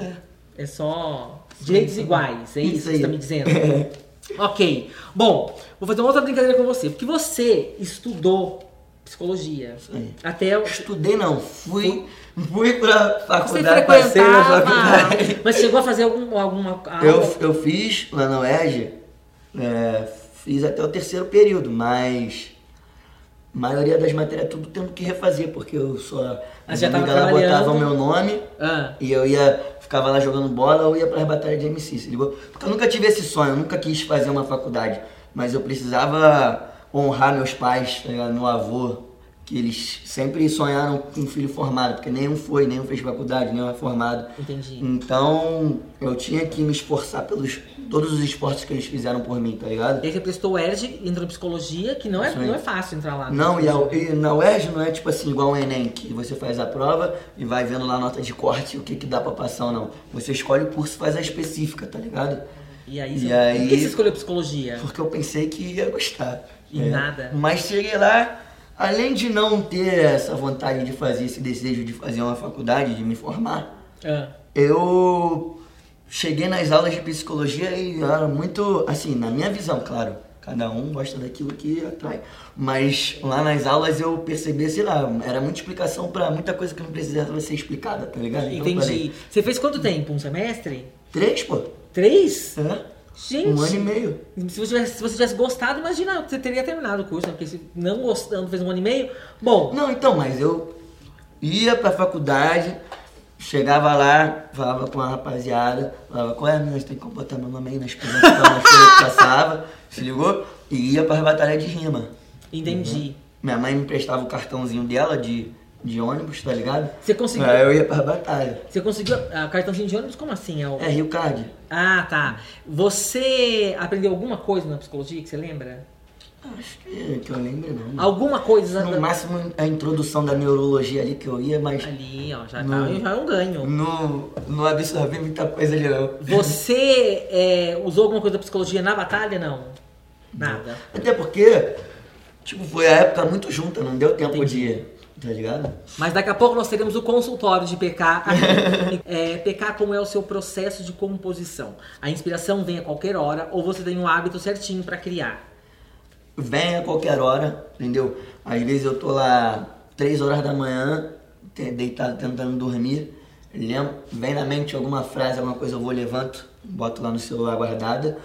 Speaker 1: É, só direitos iguais, é isso,
Speaker 2: Isso
Speaker 1: que você tá
Speaker 2: aí. É.
Speaker 1: me
Speaker 2: [laughs]
Speaker 1: dizendo? ok. Bom, vou fazer uma outra brincadeira com você. Porque você estudou psicologia.
Speaker 2: aí.
Speaker 1: Até o...
Speaker 2: Estudei não, fui, fui pra
Speaker 1: Você
Speaker 2: faculdade, passei na
Speaker 1: frequentava, Ah.
Speaker 2: faculdade.
Speaker 1: mas chegou a fazer algum, alguma aula?
Speaker 2: Eu, eu fiz lá na UERJ, é, fiz até o terceiro período, mas a maioria das matérias é tudo tendo que refazer, porque eu só.
Speaker 1: Mas
Speaker 2: As
Speaker 1: já tava
Speaker 2: amigas lá botavam o
Speaker 1: trabalhando.
Speaker 2: meu nome
Speaker 1: Ah,
Speaker 2: e eu ia, ficava lá jogando bola ou ia pras batalhas de MC, se ligou? Porque eu nunca tive esse sonho, eu nunca quis fazer uma faculdade, mas eu precisava honrar meus pais, tá ligado? meu avô, que eles sempre sonharam com um filho formado, porque nenhum foi, nenhum fez faculdade, nenhum é formado.
Speaker 1: entendi.
Speaker 2: Então, eu tinha que me esforçar pelos todos os esforços que eles fizeram por mim, tá
Speaker 1: E
Speaker 2: ligado?
Speaker 1: aí você prestou o ERG, entrou em psicologia, que não é,
Speaker 2: Isso aí.
Speaker 1: não é fácil entrar lá.
Speaker 2: Não, e, a- e na UERJ não é tipo assim, igual o Enem, que você faz a prova e vai vendo lá a nota de corte o que, que dá pra passar ou não. Você escolhe o curso e faz a específica, tá ligado?
Speaker 1: E aí,
Speaker 2: E
Speaker 1: você...
Speaker 2: aí-
Speaker 1: por que você escolheu psicologia?
Speaker 2: Porque eu pensei que ia gostar.
Speaker 1: E
Speaker 2: né?
Speaker 1: nada.
Speaker 2: Mas cheguei lá, além de não ter essa vontade de fazer, esse desejo de fazer uma faculdade, de me formar,
Speaker 1: Ah,
Speaker 2: Eu cheguei nas aulas de psicologia e era muito, assim, na minha visão, claro. Cada um gosta daquilo que atrai. Mas lá nas aulas eu percebi, sei lá, era muita explicação pra muita coisa que não precisava ser explicada, tá ligado? Então eu
Speaker 1: entendi.
Speaker 2: falei,
Speaker 1: Você fez quanto tempo? Um semestre?
Speaker 2: Três, pô.
Speaker 1: Três?
Speaker 2: É?
Speaker 1: Gente!
Speaker 2: Um ano e meio.
Speaker 1: Se você, tivesse, se você tivesse gostado, imagina, você teria terminado o curso, né? Porque se não gostando, fez um ano e meio. Bom,
Speaker 2: Não, então, mas eu ia pra faculdade, chegava lá, falava com a rapaziada, falava, qual é, meninas, tem que botar meu nome aí nas coisas que tava, nas coisas que passava, [laughs] se ligou? E ia pras batalhas de rima.
Speaker 1: entendi.
Speaker 2: Uhum. Minha mãe me emprestava o cartãozinho dela de de ônibus, tá ligado?
Speaker 1: Você conseguiu.
Speaker 2: Aí eu ia pra batalha.
Speaker 1: Você conseguiu a cartãozinho de ônibus? Como assim? É o-
Speaker 2: É, Rio Card.
Speaker 1: Ah, tá. Você aprendeu alguma coisa na psicologia que você lembra?
Speaker 2: Acho que, que eu lembro não.
Speaker 1: Alguma coisa
Speaker 2: No máximo a introdução da neurologia ali que eu ia, mas
Speaker 1: ali, ó, já,
Speaker 2: Não.
Speaker 1: tá, já é um ganho.
Speaker 2: não, não absorvi muita coisa ali não.
Speaker 1: Você é, usou alguma coisa da psicologia na batalha? Não. Nada.
Speaker 2: Até porque, tipo, foi a época muito junta, não deu tempo
Speaker 1: Entendi.
Speaker 2: de. Tá ligado?
Speaker 1: Mas daqui a pouco nós teremos o consultório de PK. aqui. É, PK, como é o seu processo de composição? A inspiração vem a qualquer hora ou você tem um hábito certinho pra criar?
Speaker 2: Vem a qualquer hora, entendeu? Às vezes eu tô lá três horas da manhã, te- deitado tentando dormir, lembro, vem na mente alguma frase, alguma coisa, eu vou levanto, boto lá no celular guardada.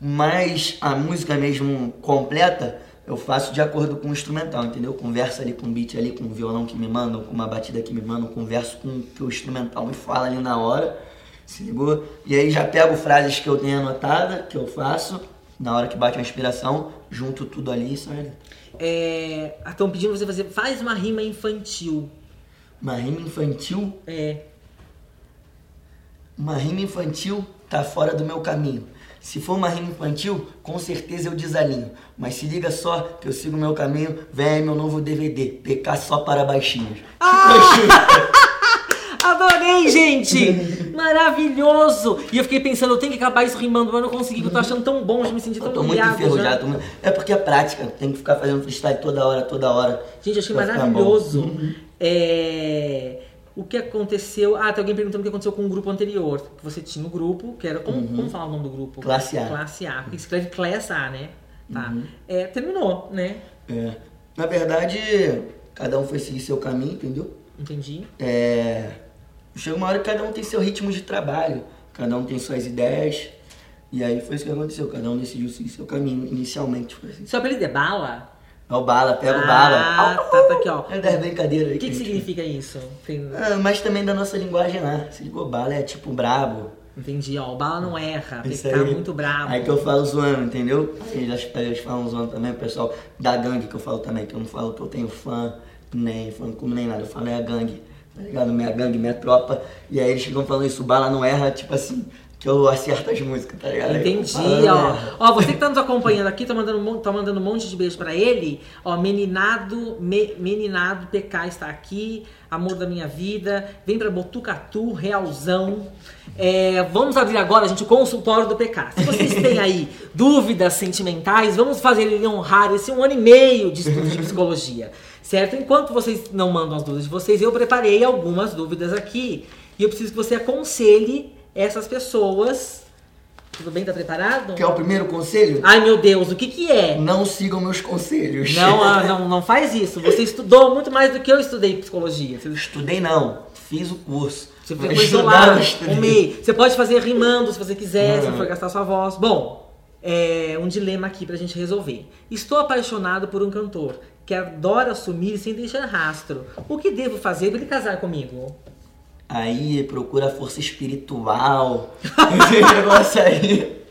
Speaker 2: Mas a música mesmo completa, eu faço de acordo com o instrumental, entendeu? Conversa ali com o beat ali, com o violão que me mandam, com uma batida que me mandam, converso com o que o instrumental me fala ali na hora, se ligou? E aí já pego frases que eu tenho anotada, que eu faço, na hora que bate a inspiração, junto tudo ali e sai ali.
Speaker 1: Estão É, ah, pedindo você fazer. Faz uma rima infantil.
Speaker 2: Uma rima infantil,
Speaker 1: É.
Speaker 2: uma rima infantil tá fora do meu caminho. Se for uma rima infantil, com certeza eu desalinho. Mas se liga só que eu sigo o meu caminho, vem aí meu novo DVD, PK só para baixinhos.
Speaker 1: Adorei, gente! Maravilhoso! E eu fiquei pensando, eu tenho que acabar isso rimando, mas eu não consegui, porque eu tô achando tão bom, eu já me senti tão
Speaker 2: Eu tô muito
Speaker 1: humilhado já.
Speaker 2: enferrujado. tô muito- É porque é prática, tem que ficar fazendo freestyle toda hora, toda hora.
Speaker 1: Gente, eu achei
Speaker 2: pra ficar bom.
Speaker 1: maravilhoso. É, O que aconteceu? Ah, tem alguém perguntando o que aconteceu com o grupo anterior. Que Você tinha o grupo, que era. Como, como falar o nome do grupo?
Speaker 2: Uhum. Classe A. Uhum.
Speaker 1: Classe A. Porque escreve Class A, né? Tá. É, terminou, né?
Speaker 2: É. Na verdade, cada um foi seguir seu caminho, entendeu?
Speaker 1: Entendi.
Speaker 2: É, chega uma hora que cada um tem seu ritmo de trabalho, cada um tem suas ideias. E aí foi isso que aconteceu, cada um decidiu seguir seu caminho inicialmente. Foi assim.
Speaker 1: Seu apelido é bala?
Speaker 2: É o bala, pega o
Speaker 1: Ah,
Speaker 2: bala.
Speaker 1: tá, tá aqui, ó.
Speaker 2: É das brincadeiras aí.
Speaker 1: O que, que
Speaker 2: a gente-
Speaker 1: significa isso? Tem-
Speaker 2: Ah, mas também da nossa linguagem lá. Se ligou, bala é tipo brabo.
Speaker 1: Entendi, ó. O bala não erra, tem que
Speaker 2: Isso
Speaker 1: ficar
Speaker 2: aí.
Speaker 1: é
Speaker 2: é
Speaker 1: muito bravo.
Speaker 2: Aí que eu falo zoando, entendeu? Assim, Eles, acham- eles falam zoando também, o pessoal da gangue que eu falo também, que eu não falo que eu tenho fã, nem fã como nem nada, eu falo é a gangue, tá ligado? Minha gangue, minha tropa. E aí eles ficam falando isso, bala não erra, tipo assim, que eu acerto as músicas, tá ligado? Aí eu falo, né?
Speaker 1: Entendi,
Speaker 2: "Não
Speaker 1: ó.
Speaker 2: erra."
Speaker 1: Ó, você que tá nos acompanhando aqui, tá mandando, um mon- tá mandando um monte de beijo pra ele. Ó, meninado, me- meninado PK está aqui, amor da minha vida. Vem pra Botucatu, realzão. É, vamos abrir agora, gente, o consultório do PK. Se vocês têm aí
Speaker 2: [laughs]
Speaker 1: dúvidas sentimentais, vamos fazer ele honrar esse um ano e meio de estudo de psicologia. Certo? Enquanto vocês não mandam as dúvidas de vocês, eu preparei algumas dúvidas aqui. E eu preciso que você aconselhe essas pessoas tudo bem? Tá preparado?
Speaker 2: Quer o primeiro conselho?
Speaker 1: Ai, meu Deus, o que que Ah, é?
Speaker 2: Não sigam meus conselhos.
Speaker 1: Não, ah,
Speaker 2: [laughs]
Speaker 1: não, não faz isso. Você estudou muito mais do que eu estudei psicologia. Você,
Speaker 2: Estudei não, fiz o curso.
Speaker 1: você
Speaker 2: Mas
Speaker 1: ficou isolado,
Speaker 2: eu estudei.
Speaker 1: um mês. Você pode fazer rimando se você quiser, se
Speaker 2: Uhum.
Speaker 1: for gastar sua voz. Bom, é um dilema aqui pra gente resolver. Estou apaixonado por um cantor que adora sumir sem deixar rastro. O que devo fazer pra ele casar comigo?
Speaker 2: Aí procura força espiritual. [laughs] Esse negócio aí.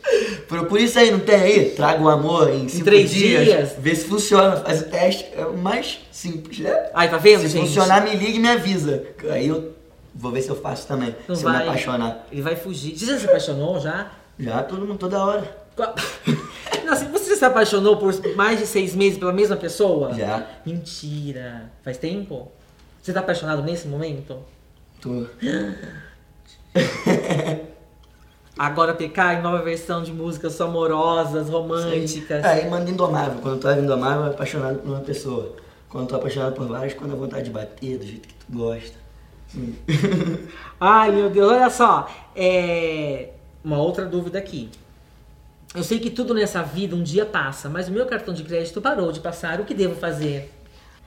Speaker 2: Procura isso aí, não tem aí? Traga o amor em cinco
Speaker 1: três
Speaker 2: dias,
Speaker 1: dias.
Speaker 2: Vê se funciona, faz o teste. É o mais simples, né?
Speaker 1: Ai, tá vendo,
Speaker 2: se
Speaker 1: gente?
Speaker 2: funcionar, me liga e me avisa. Aí eu vou ver se eu faço também.
Speaker 1: Não
Speaker 2: se eu
Speaker 1: Então vai.
Speaker 2: me apaixonar.
Speaker 1: Ele vai fugir. Você já se apaixonou já?
Speaker 2: Já todo mundo, toda hora.
Speaker 1: Qual- [laughs] Não, assim, você se apaixonou por mais de seis meses pela mesma pessoa?
Speaker 2: Já.
Speaker 1: Mentira. Faz tempo? Você tá apaixonado nesse momento?
Speaker 2: Tô.
Speaker 1: Agora PK em nova versão de músicas amorosas, românticas.
Speaker 2: Aí manda indomável. Quando eu tava indomável, eu era apaixonado por uma pessoa. Quando eu tô apaixonado por várias, quando a vontade de bater, do jeito que tu gosta. Sim.
Speaker 1: Ai, meu Deus, olha só. É... Uma outra dúvida aqui. Eu sei que tudo nessa vida um dia passa, mas o meu cartão de crédito parou de passar. O que devo fazer?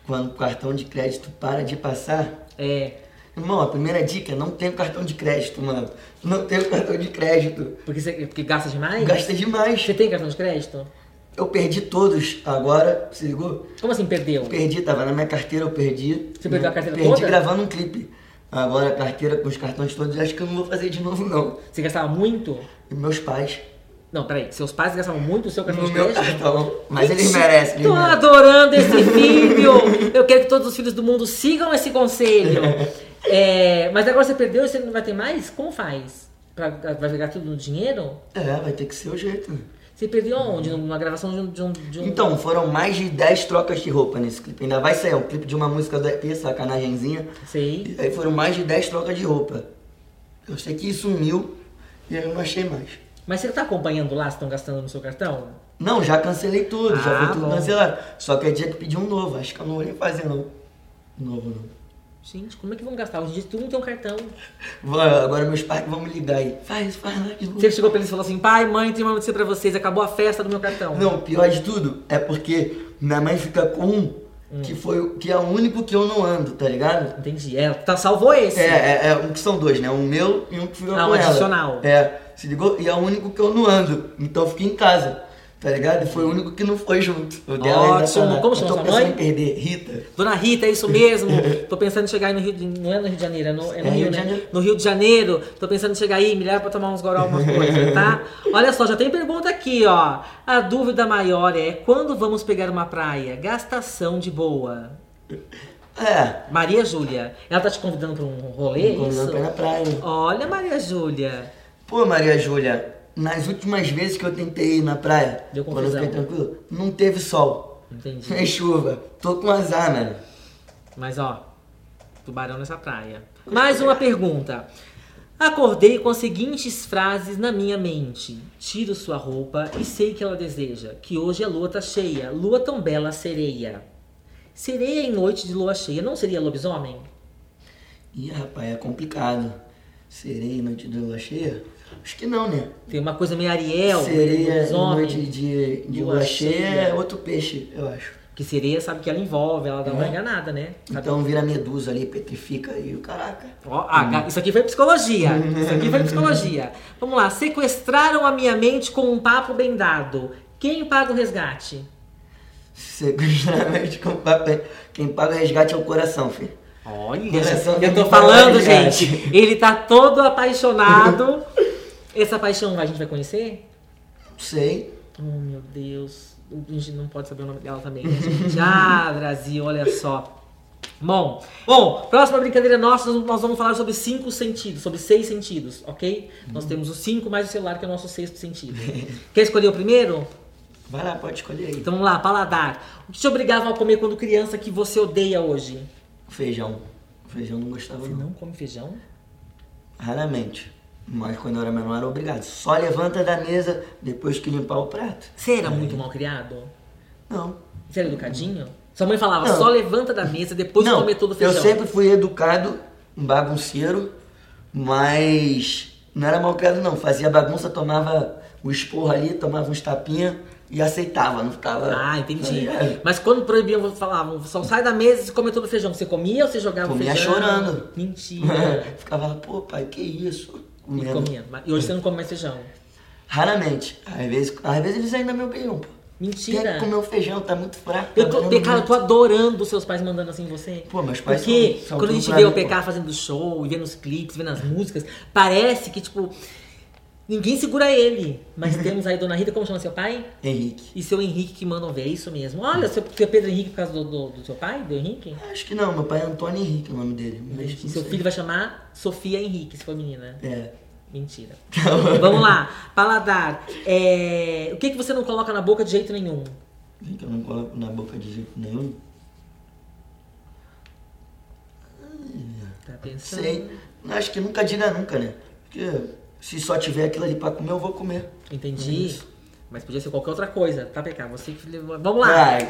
Speaker 2: Quando o cartão de crédito para de passar,
Speaker 1: É.
Speaker 2: Irmão, a primeira dica é não ter cartão de crédito, mano. Não ter cartão de crédito.
Speaker 1: Porque você porque gasta demais?
Speaker 2: Gasta demais.
Speaker 1: Você tem cartão de crédito?
Speaker 2: Eu perdi todos agora, se ligou?
Speaker 1: Como assim perdeu?
Speaker 2: Perdi, tava na minha carteira, eu perdi.
Speaker 1: Você perdeu a carteira
Speaker 2: Perdi
Speaker 1: toda?
Speaker 2: gravando um clipe. Agora a carteira com os cartões todos, acho que eu não vou fazer de novo, não.
Speaker 1: Você gastava muito?
Speaker 2: E meus pais.
Speaker 1: Não, peraí. Seus pais gastavam muito o seu cartão
Speaker 2: No
Speaker 1: de
Speaker 2: meu
Speaker 1: crédito?
Speaker 2: cartão. [laughs] Então, Mas eles merecem. eles
Speaker 1: Tô
Speaker 2: merecem.
Speaker 1: adorando
Speaker 2: [laughs]
Speaker 1: esse vídeo. Eu quero que todos os filhos do mundo sigam esse conselho. É, mas agora você perdeu e você não vai ter mais? Como faz? Pra- vai jogar tudo no dinheiro?
Speaker 2: É, vai ter que ser o jeito. né?
Speaker 1: Você perdeu onde? Numa gravação de um. De um, de um-
Speaker 2: Então, foram mais de 10 trocas de roupa nesse clipe. Ainda vai sair um clipe de uma música do EP, sacanagemzinha.
Speaker 1: Sei.
Speaker 2: E aí foram mais de 10 trocas de roupa. Eu sei que sumiu e aí eu não achei mais.
Speaker 1: Mas você tá acompanhando lá se estão gastando no seu cartão?
Speaker 2: Não, já cancelei tudo, já
Speaker 1: Ah,
Speaker 2: foi tudo
Speaker 1: bom.
Speaker 2: cancelado. Só que é dia que pedi um novo, acho que eu não vou nem fazer não. Novo não.
Speaker 1: Gente, como é que vão gastar? Hoje em dia todo mundo tem um cartão.
Speaker 2: Vó, Agora meus pais que vão me ligar aí. Faz, faz lá de novo.
Speaker 1: Você chegou pra eles e falou assim: pai, mãe, tem uma notícia pra vocês. Acabou a festa do meu cartão.
Speaker 2: Não, pior de tudo é porque minha mãe fica com um
Speaker 1: Hum.
Speaker 2: que foi o- que é o único que eu não ando, tá ligado?
Speaker 1: Entendi. É, tá, salvou esse.
Speaker 2: É, é, é, um que são dois, né? Um meu e um que fica
Speaker 1: Ah,
Speaker 2: com
Speaker 1: um
Speaker 2: ela.
Speaker 1: adicional.
Speaker 2: É, se ligou? E é o único que eu não ando. Então eu fiquei em casa, tá ligado? E foi o único que não foi junto. O ainda tá
Speaker 1: Ótimo.
Speaker 2: lá.
Speaker 1: Como
Speaker 2: Eu
Speaker 1: chama
Speaker 2: tô
Speaker 1: sua
Speaker 2: pensando
Speaker 1: mãe?
Speaker 2: em perder, Rita.
Speaker 1: Dona Rita, é isso mesmo. Tô pensando em chegar aí no Rio de Não é no Rio de Janeiro, é no, é no
Speaker 2: É
Speaker 1: Rio,
Speaker 2: Rio de
Speaker 1: né?
Speaker 2: Janeiro.
Speaker 1: No Rio de Janeiro. Tô pensando em chegar aí, me leva pra tomar uns goró, alguma coisa, tá? Olha só, já tem pergunta aqui, ó. A dúvida maior é quando vamos pegar uma praia? Gastação de boa.
Speaker 2: É,
Speaker 1: Maria Júlia, ela tá te convidando pra um rolê?
Speaker 2: me convidando
Speaker 1: isso?
Speaker 2: pra ir na praia.
Speaker 1: Olha, Maria Júlia.
Speaker 2: Pô, Maria Júlia, nas últimas vezes que eu tentei ir na praia,
Speaker 1: Deu
Speaker 2: quando eu
Speaker 1: confusão.
Speaker 2: fiquei tranquilo, não teve sol.
Speaker 1: Entendi.
Speaker 2: Fez chuva. Tô com azar, mano.
Speaker 1: Mas ó, tubarão nessa praia. Mais uma pergunta. Acordei com as seguintes frases na minha mente. Tiro sua roupa e sei que ela deseja, que hoje a lua tá cheia, lua tão bela sereia. Sereia em noite de lua cheia não seria lobisomem?
Speaker 2: Ih, rapaz, é complicado. Sereia em noite de lua cheia? Acho que não, né?
Speaker 1: Tem uma coisa meio Ariel, meio
Speaker 2: Sereia em
Speaker 1: lobisomem.
Speaker 2: é, noite de, de
Speaker 1: lua
Speaker 2: lua cheia
Speaker 1: cheia.
Speaker 2: é outro peixe, eu acho.
Speaker 1: Que sereia sabe que ela envolve, ela dá uma
Speaker 2: É.
Speaker 1: enganada, né? Sabe?
Speaker 2: Então vira medusa ali, petrifica e o caraca.
Speaker 1: Ó, ah, ga- Isso aqui foi [laughs] psicologia. Isso aqui foi psicologia. Vamos lá. Sequestraram a minha mente com um papo bem dado. Quem paga o resgate?
Speaker 2: [laughs] Seguramente com papel. Quem paga o resgate é o coração, filho.
Speaker 1: Olha,
Speaker 2: Coração
Speaker 1: eu
Speaker 2: do
Speaker 1: tô
Speaker 2: meu
Speaker 1: falando,
Speaker 2: resgate.
Speaker 1: gente. Ele tá todo [laughs] apaixonado. Essa paixão a gente vai conhecer?
Speaker 2: Não sei.
Speaker 1: Oh, meu Deus. A gente não pode saber o nome dela também, né, gente? [laughs] Ah, Brasil, olha só. Bom, bom, próxima brincadeira nossa, nós- nós vamos falar sobre cinco sentidos, sobre seis sentidos, ok? Nós temos os cinco mais o celular, que é o nosso sexto
Speaker 2: [laughs]
Speaker 1: sentido. Quer escolher o primeiro?
Speaker 2: Vai lá, pode escolher aí.
Speaker 1: Então vamos lá, paladar. O que te obrigavam a comer quando criança que você odeia hoje?
Speaker 2: Feijão. Feijão não gostava
Speaker 1: Você
Speaker 2: não.
Speaker 1: não come feijão?
Speaker 2: Raramente. Mas quando eu era menor era obrigado. Só levanta da mesa depois que limpar o prato.
Speaker 1: Você era muito mal criado?
Speaker 2: Não.
Speaker 1: Você era educadinho? Sua mãe falava,
Speaker 2: Não.
Speaker 1: só levanta da mesa depois de
Speaker 2: não,
Speaker 1: comer todo o
Speaker 2: eu
Speaker 1: feijão.
Speaker 2: sempre fui educado, um bagunceiro, mas não era mal criado não. Fazia bagunça, tomava o esporro ali, tomava uns tapinha e aceitava, não ficava...
Speaker 1: Ah, entendi.
Speaker 2: Tá ligado?
Speaker 1: Mas quando proibiam, falavam, só sai da mesa e come todo o feijão. Você comia ou você jogava o
Speaker 2: Comia
Speaker 1: feijão?
Speaker 2: chorando.
Speaker 1: Mentira.
Speaker 2: [laughs] ficava, pô pai, que isso?
Speaker 1: E
Speaker 2: Comendo. Tá
Speaker 1: comia. Mas- E hoje você não come mais feijão.
Speaker 2: Raramente. Às vezes, às vezes eles ainda me obrigam, pô. Tem
Speaker 1: Mentira.
Speaker 2: que comer o feijão, tá muito fraco.
Speaker 1: Eu tô,
Speaker 2: tá
Speaker 1: PK, eu
Speaker 2: muito.
Speaker 1: tô adorando os seus pais mandando assim em você.
Speaker 2: Pô, meus pais
Speaker 1: Porque
Speaker 2: são- são
Speaker 1: quando a
Speaker 2: tudo
Speaker 1: gente
Speaker 2: pra
Speaker 1: vê
Speaker 2: mim,
Speaker 1: o PK fazendo show, e vendo os clipes, vendo as músicas, parece que, tipo, ninguém segura ele.
Speaker 2: [laughs]
Speaker 1: Mas temos aí Dona Rita, como chama seu pai?
Speaker 2: Henrique.
Speaker 1: E seu Henrique que mandam ver, é isso mesmo. Olha, seu, seu Pedro Henrique por causa do, do- do seu pai, do Henrique?
Speaker 2: Acho que não, meu pai é Antônio Henrique o nome dele. Mas
Speaker 1: E
Speaker 2: não
Speaker 1: seu
Speaker 2: sei.
Speaker 1: filho vai chamar Sofia Henrique, se for menina.
Speaker 2: É.
Speaker 1: Mentira. Vamos lá, paladar. É, O que, que você não coloca na boca de jeito nenhum?
Speaker 2: Vem que eu não coloco na boca de jeito nenhum.
Speaker 1: Tá pensando?
Speaker 2: Sei. Acho que nunca diga nunca, né? Porque se só tiver aquilo ali pra comer, eu vou comer. É
Speaker 1: Entendi. Mas podia ser qualquer outra coisa, tá, PK? Você que levou. Vamos lá.
Speaker 2: Vai.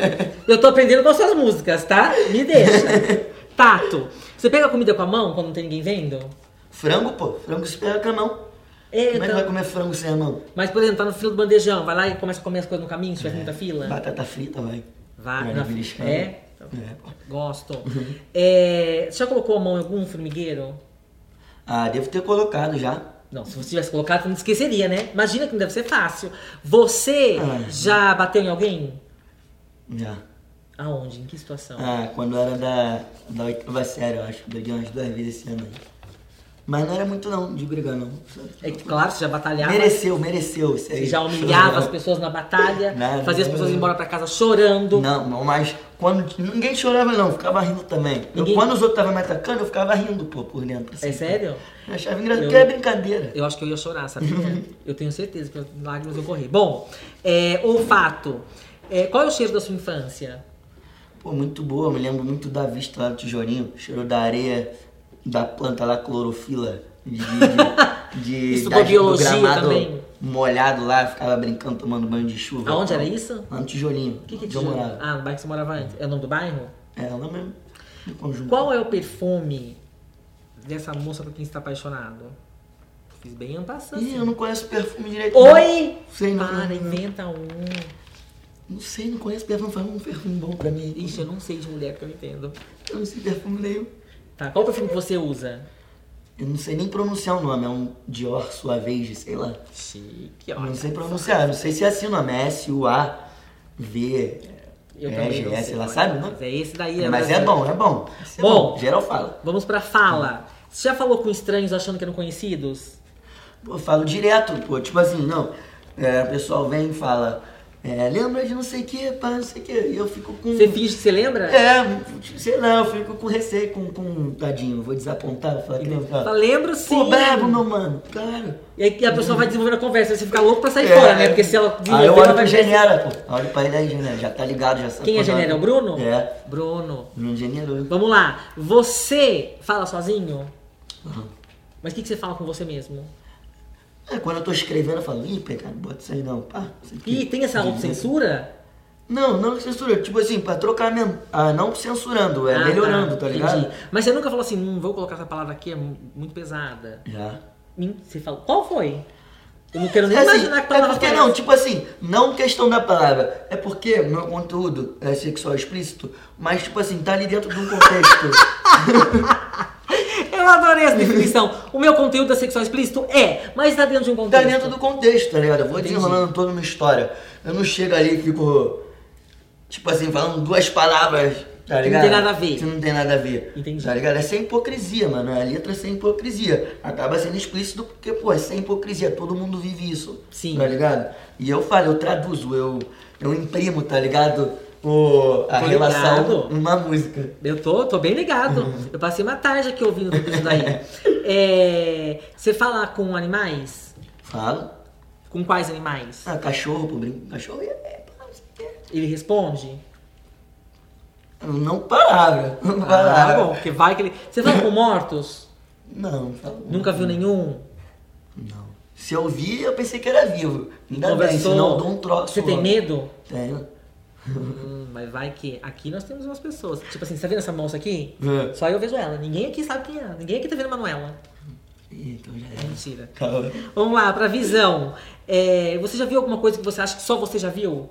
Speaker 2: [laughs]
Speaker 1: Eu tô aprendendo com as suas músicas, tá? Me deixa. Tato. Você pega a comida com a mão quando não tem ninguém vendo?
Speaker 2: frango, pô. Frango se pega com a mão.
Speaker 1: É,
Speaker 2: Como é que
Speaker 1: então-
Speaker 2: vai comer frango sem a mão?
Speaker 1: Mas, por exemplo, tá no fila do bandejão, vai lá e começa a comer as coisas no caminho, se tiver muita fila.
Speaker 2: Batata frita, É. vai.
Speaker 1: Vai,
Speaker 2: Vai
Speaker 1: na
Speaker 2: beliscando.
Speaker 1: É?
Speaker 2: É, pô.
Speaker 1: Gosto.
Speaker 2: Uhum.
Speaker 1: É, você já colocou a mão em algum formigueiro?
Speaker 2: Ah, devo ter colocado já.
Speaker 1: Não, se você tivesse colocado, não esqueceria, né? Imagina que não deve ser fácil. Você
Speaker 2: Ah.
Speaker 1: já bateu em alguém?
Speaker 2: Já.
Speaker 1: Aonde? Em que situação?
Speaker 2: Ah, quando eu era da, da oitava série, eu acho. Briguei umas duas vezes esse ano aí. Mas não era muito não, de brigar não.
Speaker 1: É que, claro, você já batalhava.
Speaker 2: Mereceu, mereceu. Isso aí.
Speaker 1: Você já humilhava
Speaker 2: [laughs]
Speaker 1: as pessoas na batalha,
Speaker 2: Nada.
Speaker 1: fazia as pessoas ir embora pra casa chorando.
Speaker 2: Não, não, mas quando ninguém chorava não, ficava rindo também. Eu,
Speaker 1: Ninguém-
Speaker 2: quando os outros estavam me atacando, eu ficava rindo, pô, por dentro. assim.
Speaker 1: É sério?
Speaker 2: Eu achava engraçado, porque é brincadeira.
Speaker 1: Eu acho que eu ia chorar, sabe? [laughs] eu tenho certeza que as lágrimas iam correr. Bom, é, olfato. É, qual é o cheiro da sua infância?
Speaker 2: Pô, muito boa, me lembro muito da vista lá do tijolinho, cheiro da areia, da planta lá, clorofila, de,
Speaker 1: [laughs]
Speaker 2: de, de-
Speaker 1: Isso
Speaker 2: da-
Speaker 1: com biologia também?
Speaker 2: molhado lá, ficava brincando, tomando banho de chuva.
Speaker 1: Aonde era isso?
Speaker 2: Lá no tijolinho,
Speaker 1: O que, que é
Speaker 2: onde eu
Speaker 1: tijolo?
Speaker 2: morava.
Speaker 1: Ah, no bairro que você morava antes. É o nome do bairro?
Speaker 2: É, lá mesmo, no conjunto.
Speaker 1: Qual é o perfume dessa moça por quem você tá apaixonado? Fiz bem passando.
Speaker 2: Ih, eu não conheço perfume direito.
Speaker 1: Oi!
Speaker 2: Não sei, não,
Speaker 1: Para,
Speaker 2: não,
Speaker 1: inventa um.
Speaker 2: não sei, não conheço perfume, faz um perfume bom pra mim.
Speaker 1: Ixi, eu não sei de mulher porque eu não entendo.
Speaker 2: Eu não sei perfume nenhum.
Speaker 1: Tá, qual perfume que você usa?
Speaker 2: Eu não sei nem pronunciar o nome, é um Dior Suavege, sei lá.
Speaker 1: Chique,
Speaker 2: Eu
Speaker 1: olha.
Speaker 2: Não sei pronunciar, eu não sei se é assim o nome, é S-U-A-V,
Speaker 1: Eu
Speaker 2: é,
Speaker 1: também não
Speaker 2: GS,
Speaker 1: sei
Speaker 2: ela
Speaker 1: qual é.
Speaker 2: sabe, não?
Speaker 1: Mas é esse daí.
Speaker 2: Mas é
Speaker 1: brasileiro.
Speaker 2: bom, é bom. Esse é
Speaker 1: Bom.
Speaker 2: geral fala.
Speaker 1: Vamos pra fala. Você já falou com estranhos achando que eram conhecidos?
Speaker 2: Pô, eu falo direto, pô, tipo assim, não, é, o pessoal vem e fala, é, lembra de não sei o que, pá, não sei o que, e eu fico com...
Speaker 1: Você finge que você lembra?
Speaker 2: É, sei lá, eu fico com receio, com, com tadinho, eu vou desapontar, eu falo que não,
Speaker 1: Fala,
Speaker 2: fala,
Speaker 1: lembro sim.
Speaker 2: pô, brabo, meu mano, claro.
Speaker 1: E aí a pessoa vai desenvolvendo a conversa, você fica louco pra sair
Speaker 2: É.
Speaker 1: fora, né? Porque se ela
Speaker 2: Aí eu
Speaker 1: ela
Speaker 2: olho pro
Speaker 1: vai-
Speaker 2: Genera, pô, olho pra ele aí, Genera, já tá ligado, já sabe.
Speaker 1: Quem é
Speaker 2: qual
Speaker 1: Genera? É o
Speaker 2: nome.
Speaker 1: Bruno?
Speaker 2: É,
Speaker 1: Bruno.
Speaker 2: Bruno Generoso.
Speaker 1: Vamos lá. Você fala sozinho?
Speaker 2: Uhum.
Speaker 1: Mas o que, que você fala com você mesmo?
Speaker 2: É, quando eu tô escrevendo, eu falo, ih, pecado, bota isso aí não, pá. isso aqui.
Speaker 1: E tem essa autocensura?
Speaker 2: Não, não censura, tipo assim, pra trocar mesmo. Ah, não censurando, é
Speaker 1: Ah,
Speaker 2: melhorando, tá, ligado?
Speaker 1: Entendi. Mas você nunca falou assim, hum, vou colocar essa palavra aqui, é mu- muito pesada.
Speaker 2: Já.
Speaker 1: Hum, Você falou, qual foi? Eu não quero nem
Speaker 2: É, assim,
Speaker 1: imaginar que
Speaker 2: é
Speaker 1: palavra
Speaker 2: porque
Speaker 1: foi
Speaker 2: não,
Speaker 1: essa.
Speaker 2: tipo assim, não questão da palavra, é porque meu conteúdo é sexual explícito, mas tipo assim, tá ali dentro de
Speaker 1: [laughs]
Speaker 2: um contexto.
Speaker 1: Eu adorei essa definição. o meu conteúdo é sexual explícito? É, mas está dentro de um
Speaker 2: tá
Speaker 1: contexto.
Speaker 2: dentro do contexto, tá ligado? Eu vou
Speaker 1: Entendi.
Speaker 2: desenrolando toda uma história. Eu não chego ali e fico, tipo assim, falando duas palavras, tá
Speaker 1: Que não
Speaker 2: ligado?
Speaker 1: tem nada a ver.
Speaker 2: Que não tem nada a ver.
Speaker 1: Entendi.
Speaker 2: Tá ligado? É sem hipocrisia, mano. A letra é sem hipocrisia. Acaba sendo explícito porque, pô, é sem hipocrisia. Todo mundo vive isso.
Speaker 1: Sim.
Speaker 2: Tá ligado? E eu falo, eu traduzo, eu, eu imprimo, tá ligado? O, a
Speaker 1: Tô
Speaker 2: relação
Speaker 1: ligado.
Speaker 2: numa música.
Speaker 1: Eu tô, tô bem ligado. Eu passei uma tarde aqui ouvindo tudo isso [laughs] daí. É, você fala com animais?
Speaker 2: Falo.
Speaker 1: Com quais animais?
Speaker 2: Ah, cachorro, pô, brinco. com Cachorro é. é, é.
Speaker 1: Ele responde?
Speaker 2: Não palavra. Não
Speaker 1: Ah,
Speaker 2: palavra.
Speaker 1: bom, porque vai que ele. Você fala com mortos?
Speaker 2: Não, não falo.
Speaker 1: Nunca viu nenhum?
Speaker 2: Não. Se eu vi, eu pensei que era vivo. Ainda bem,
Speaker 1: Conversou?
Speaker 2: senão eu dou um troço.
Speaker 1: Você tem
Speaker 2: logo.
Speaker 1: medo?
Speaker 2: Tenho.
Speaker 1: Hum, mas vai que aqui nós temos umas pessoas. Tipo assim, você tá vendo essa moça aqui?
Speaker 2: É.
Speaker 1: Só eu vejo ela. Ninguém aqui sabe quem é. Ninguém aqui tá vendo a Manuela.
Speaker 2: Ih, então já
Speaker 1: É
Speaker 2: era.
Speaker 1: mentira.
Speaker 2: Calma.
Speaker 1: Vamos lá, pra visão. É, você já viu alguma coisa que você acha que só você já viu?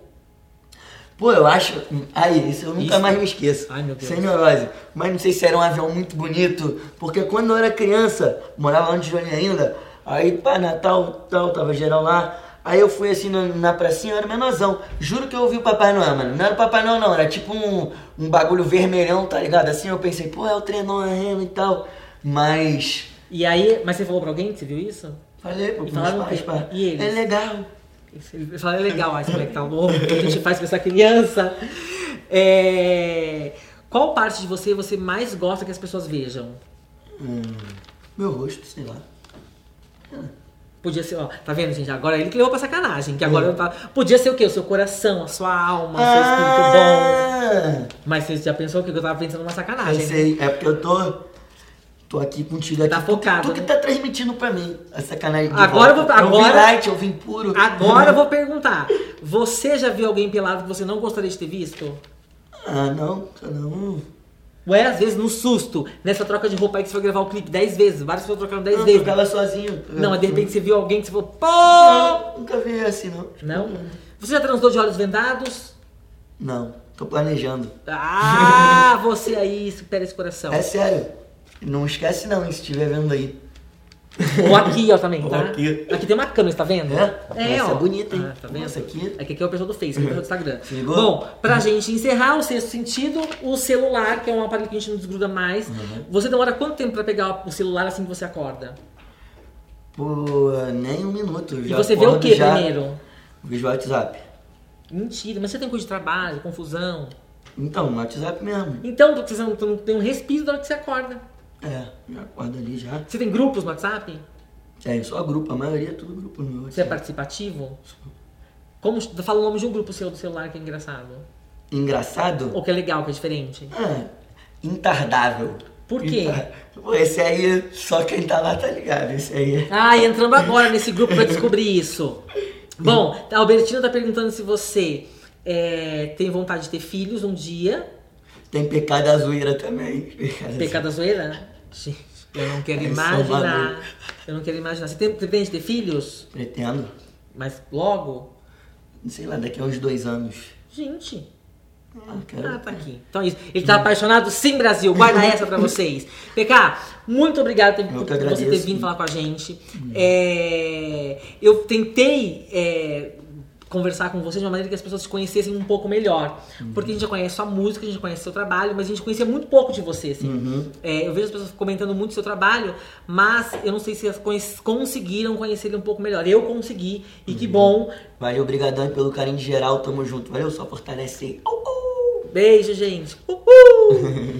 Speaker 2: Pô, eu acho. Aí, isso eu nunca
Speaker 1: Isso. é-
Speaker 2: mais me esqueço.
Speaker 1: Ai, meu Deus.
Speaker 2: Sem neurose. Mas não sei se era um avião muito bonito. Porque quando eu era criança, morava antes de Olhinho ainda. Aí, pá, Natal, tal, tava geral lá. Aí eu fui assim na, na pracinha, eu era menorzão. Juro que eu ouvi o Papai Noel, mano. Não era o Papai Noel, não. Era tipo um, um bagulho vermelhão, tá ligado? Assim eu pensei, pô, é o trenó a rena e tal. Mas.
Speaker 1: E aí, mas você falou pra alguém que você viu isso?
Speaker 2: Falei, pô,
Speaker 1: E
Speaker 2: pros
Speaker 1: falaram o
Speaker 2: pais,
Speaker 1: quê?
Speaker 2: pá.
Speaker 1: E eles?
Speaker 2: É legal.
Speaker 1: Ele fala, é legal, ah, esse moleque tá louco, [laughs] que a gente faz com essa criança. É, Qual parte de você você mais gosta que as pessoas vejam?
Speaker 2: Hum, meu rosto, sei lá.
Speaker 1: Podia ser, ó, tá vendo, gente? Agora ele que levou pra sacanagem, que agora eu tava- Podia ser o quê? O seu coração, a sua alma, o seu espírito bom.
Speaker 2: Ah!
Speaker 1: Mas você já pensou que eu tava pensando numa
Speaker 2: Eu
Speaker 1: sacanagem? né?
Speaker 2: sei, é porque eu tô. Tô aqui contigo aqui.
Speaker 1: Tá focado,
Speaker 2: Tu, que- tu que tá transmitindo pra mim a sacanagem. de
Speaker 1: Agora
Speaker 2: volta.
Speaker 1: eu vou-
Speaker 2: Eu vim
Speaker 1: agora-
Speaker 2: light, eu vim puro.
Speaker 1: Agora eu vou perguntar. Você já viu alguém pelado que você não gostaria de ter visto?
Speaker 2: Ah, não, tá não.
Speaker 1: Ué, às vezes no susto, nessa troca de roupa aí que você foi gravar o clipe 10 vezes, vários foram trocando 10
Speaker 2: Eu
Speaker 1: vezes.
Speaker 2: ficava sozinho.
Speaker 1: Não, mas de repente você viu alguém que você falou, pô!
Speaker 2: Não, nunca vi assim, não.
Speaker 1: Não? Você já transou de olhos vendados?
Speaker 2: Não, tô planejando.
Speaker 1: Ah, você aí supera esse coração.
Speaker 2: É sério. Não esquece não, hein, se estiver vendo aí.
Speaker 1: Ou aqui, ó, também,
Speaker 2: Ou
Speaker 1: tá?
Speaker 2: aqui.
Speaker 1: tem uma câmera, você tá vendo?
Speaker 2: É? Essa é bonita, hein?
Speaker 1: Ah, tá vendo?
Speaker 2: Nossa, aqui. Uhum.
Speaker 1: É que aqui é o pessoal do Facebook, é o pessoal do Instagram.
Speaker 2: Se ligou? Uhum.
Speaker 1: Bom, pra gente encerrar o sexto sentido, o celular, que é um aparelho que a gente não desgruda mais.
Speaker 2: Uhum.
Speaker 1: Você demora quanto tempo pra pegar o celular assim que você acorda?
Speaker 2: Pô, nem um minuto. eu
Speaker 1: E
Speaker 2: já
Speaker 1: você vê o
Speaker 2: acordo
Speaker 1: que
Speaker 2: já,
Speaker 1: primeiro?
Speaker 2: Vejo o WhatsApp.
Speaker 1: Mentira, mas você tem coisa de trabalho, confusão.
Speaker 2: Então, no WhatsApp mesmo.
Speaker 1: Então, você não, você não tem um respiro da hora que você acorda.
Speaker 2: É, eu acordo ali já.
Speaker 1: Você tem grupos no WhatsApp?
Speaker 2: Tem só grupo, a maioria é tudo grupo no meu
Speaker 1: Você é
Speaker 2: WhatsApp.
Speaker 1: participativo? Como fala o nome de um grupo seu do celular que é engraçado?
Speaker 2: Engraçado?
Speaker 1: Ou que é legal, que é diferente?
Speaker 2: Ah, intardável.
Speaker 1: Por quê?
Speaker 2: Intar- Pô, Esse aí, só quem tá lá tá ligado. Esse aí.
Speaker 1: Ah, entrando agora nesse grupo pra descobrir isso. Bom, a Albertina tá perguntando se você é, tem vontade de ter filhos um dia.
Speaker 2: Tem pecado da zoeira também. Pecado,
Speaker 1: Pecado da zoeira? né? Gente, eu não quero
Speaker 2: Ai, sou
Speaker 1: imaginar.
Speaker 2: maluco.
Speaker 1: Eu não quero imaginar. Você tem, pretende ter filhos?
Speaker 2: Pretendo.
Speaker 1: Mas logo?
Speaker 2: Sei lá, daqui a uns dois anos.
Speaker 1: Gente,
Speaker 2: Ah, quero.
Speaker 1: Ah, tá aqui. Então é isso. Ele tá apaixonado? Sim, Brasil. Guarda essa pra vocês. PK, muito obrigado por-
Speaker 2: Eu que
Speaker 1: por você ter
Speaker 2: agradeço. Uhum.
Speaker 1: vindo falar com a gente. É, eu tentei é, conversar com você de uma maneira que as pessoas te conhecessem um pouco melhor.
Speaker 2: Uhum.
Speaker 1: Porque a gente já conhece sua música, a gente conhece seu trabalho, mas a gente conhecia muito pouco de você, assim.
Speaker 2: Uhum.
Speaker 1: É, eu vejo as pessoas comentando muito seu trabalho, mas eu não sei se elas conhe- conseguiram conhecer ele um pouco melhor. Eu consegui, e
Speaker 2: Uhum.
Speaker 1: que bom.
Speaker 2: Valeu, obrigadão pelo carinho de geral. Tamo junto. Valeu, só fortalece aí. Au, au.
Speaker 1: Beijo, gente. Uhul!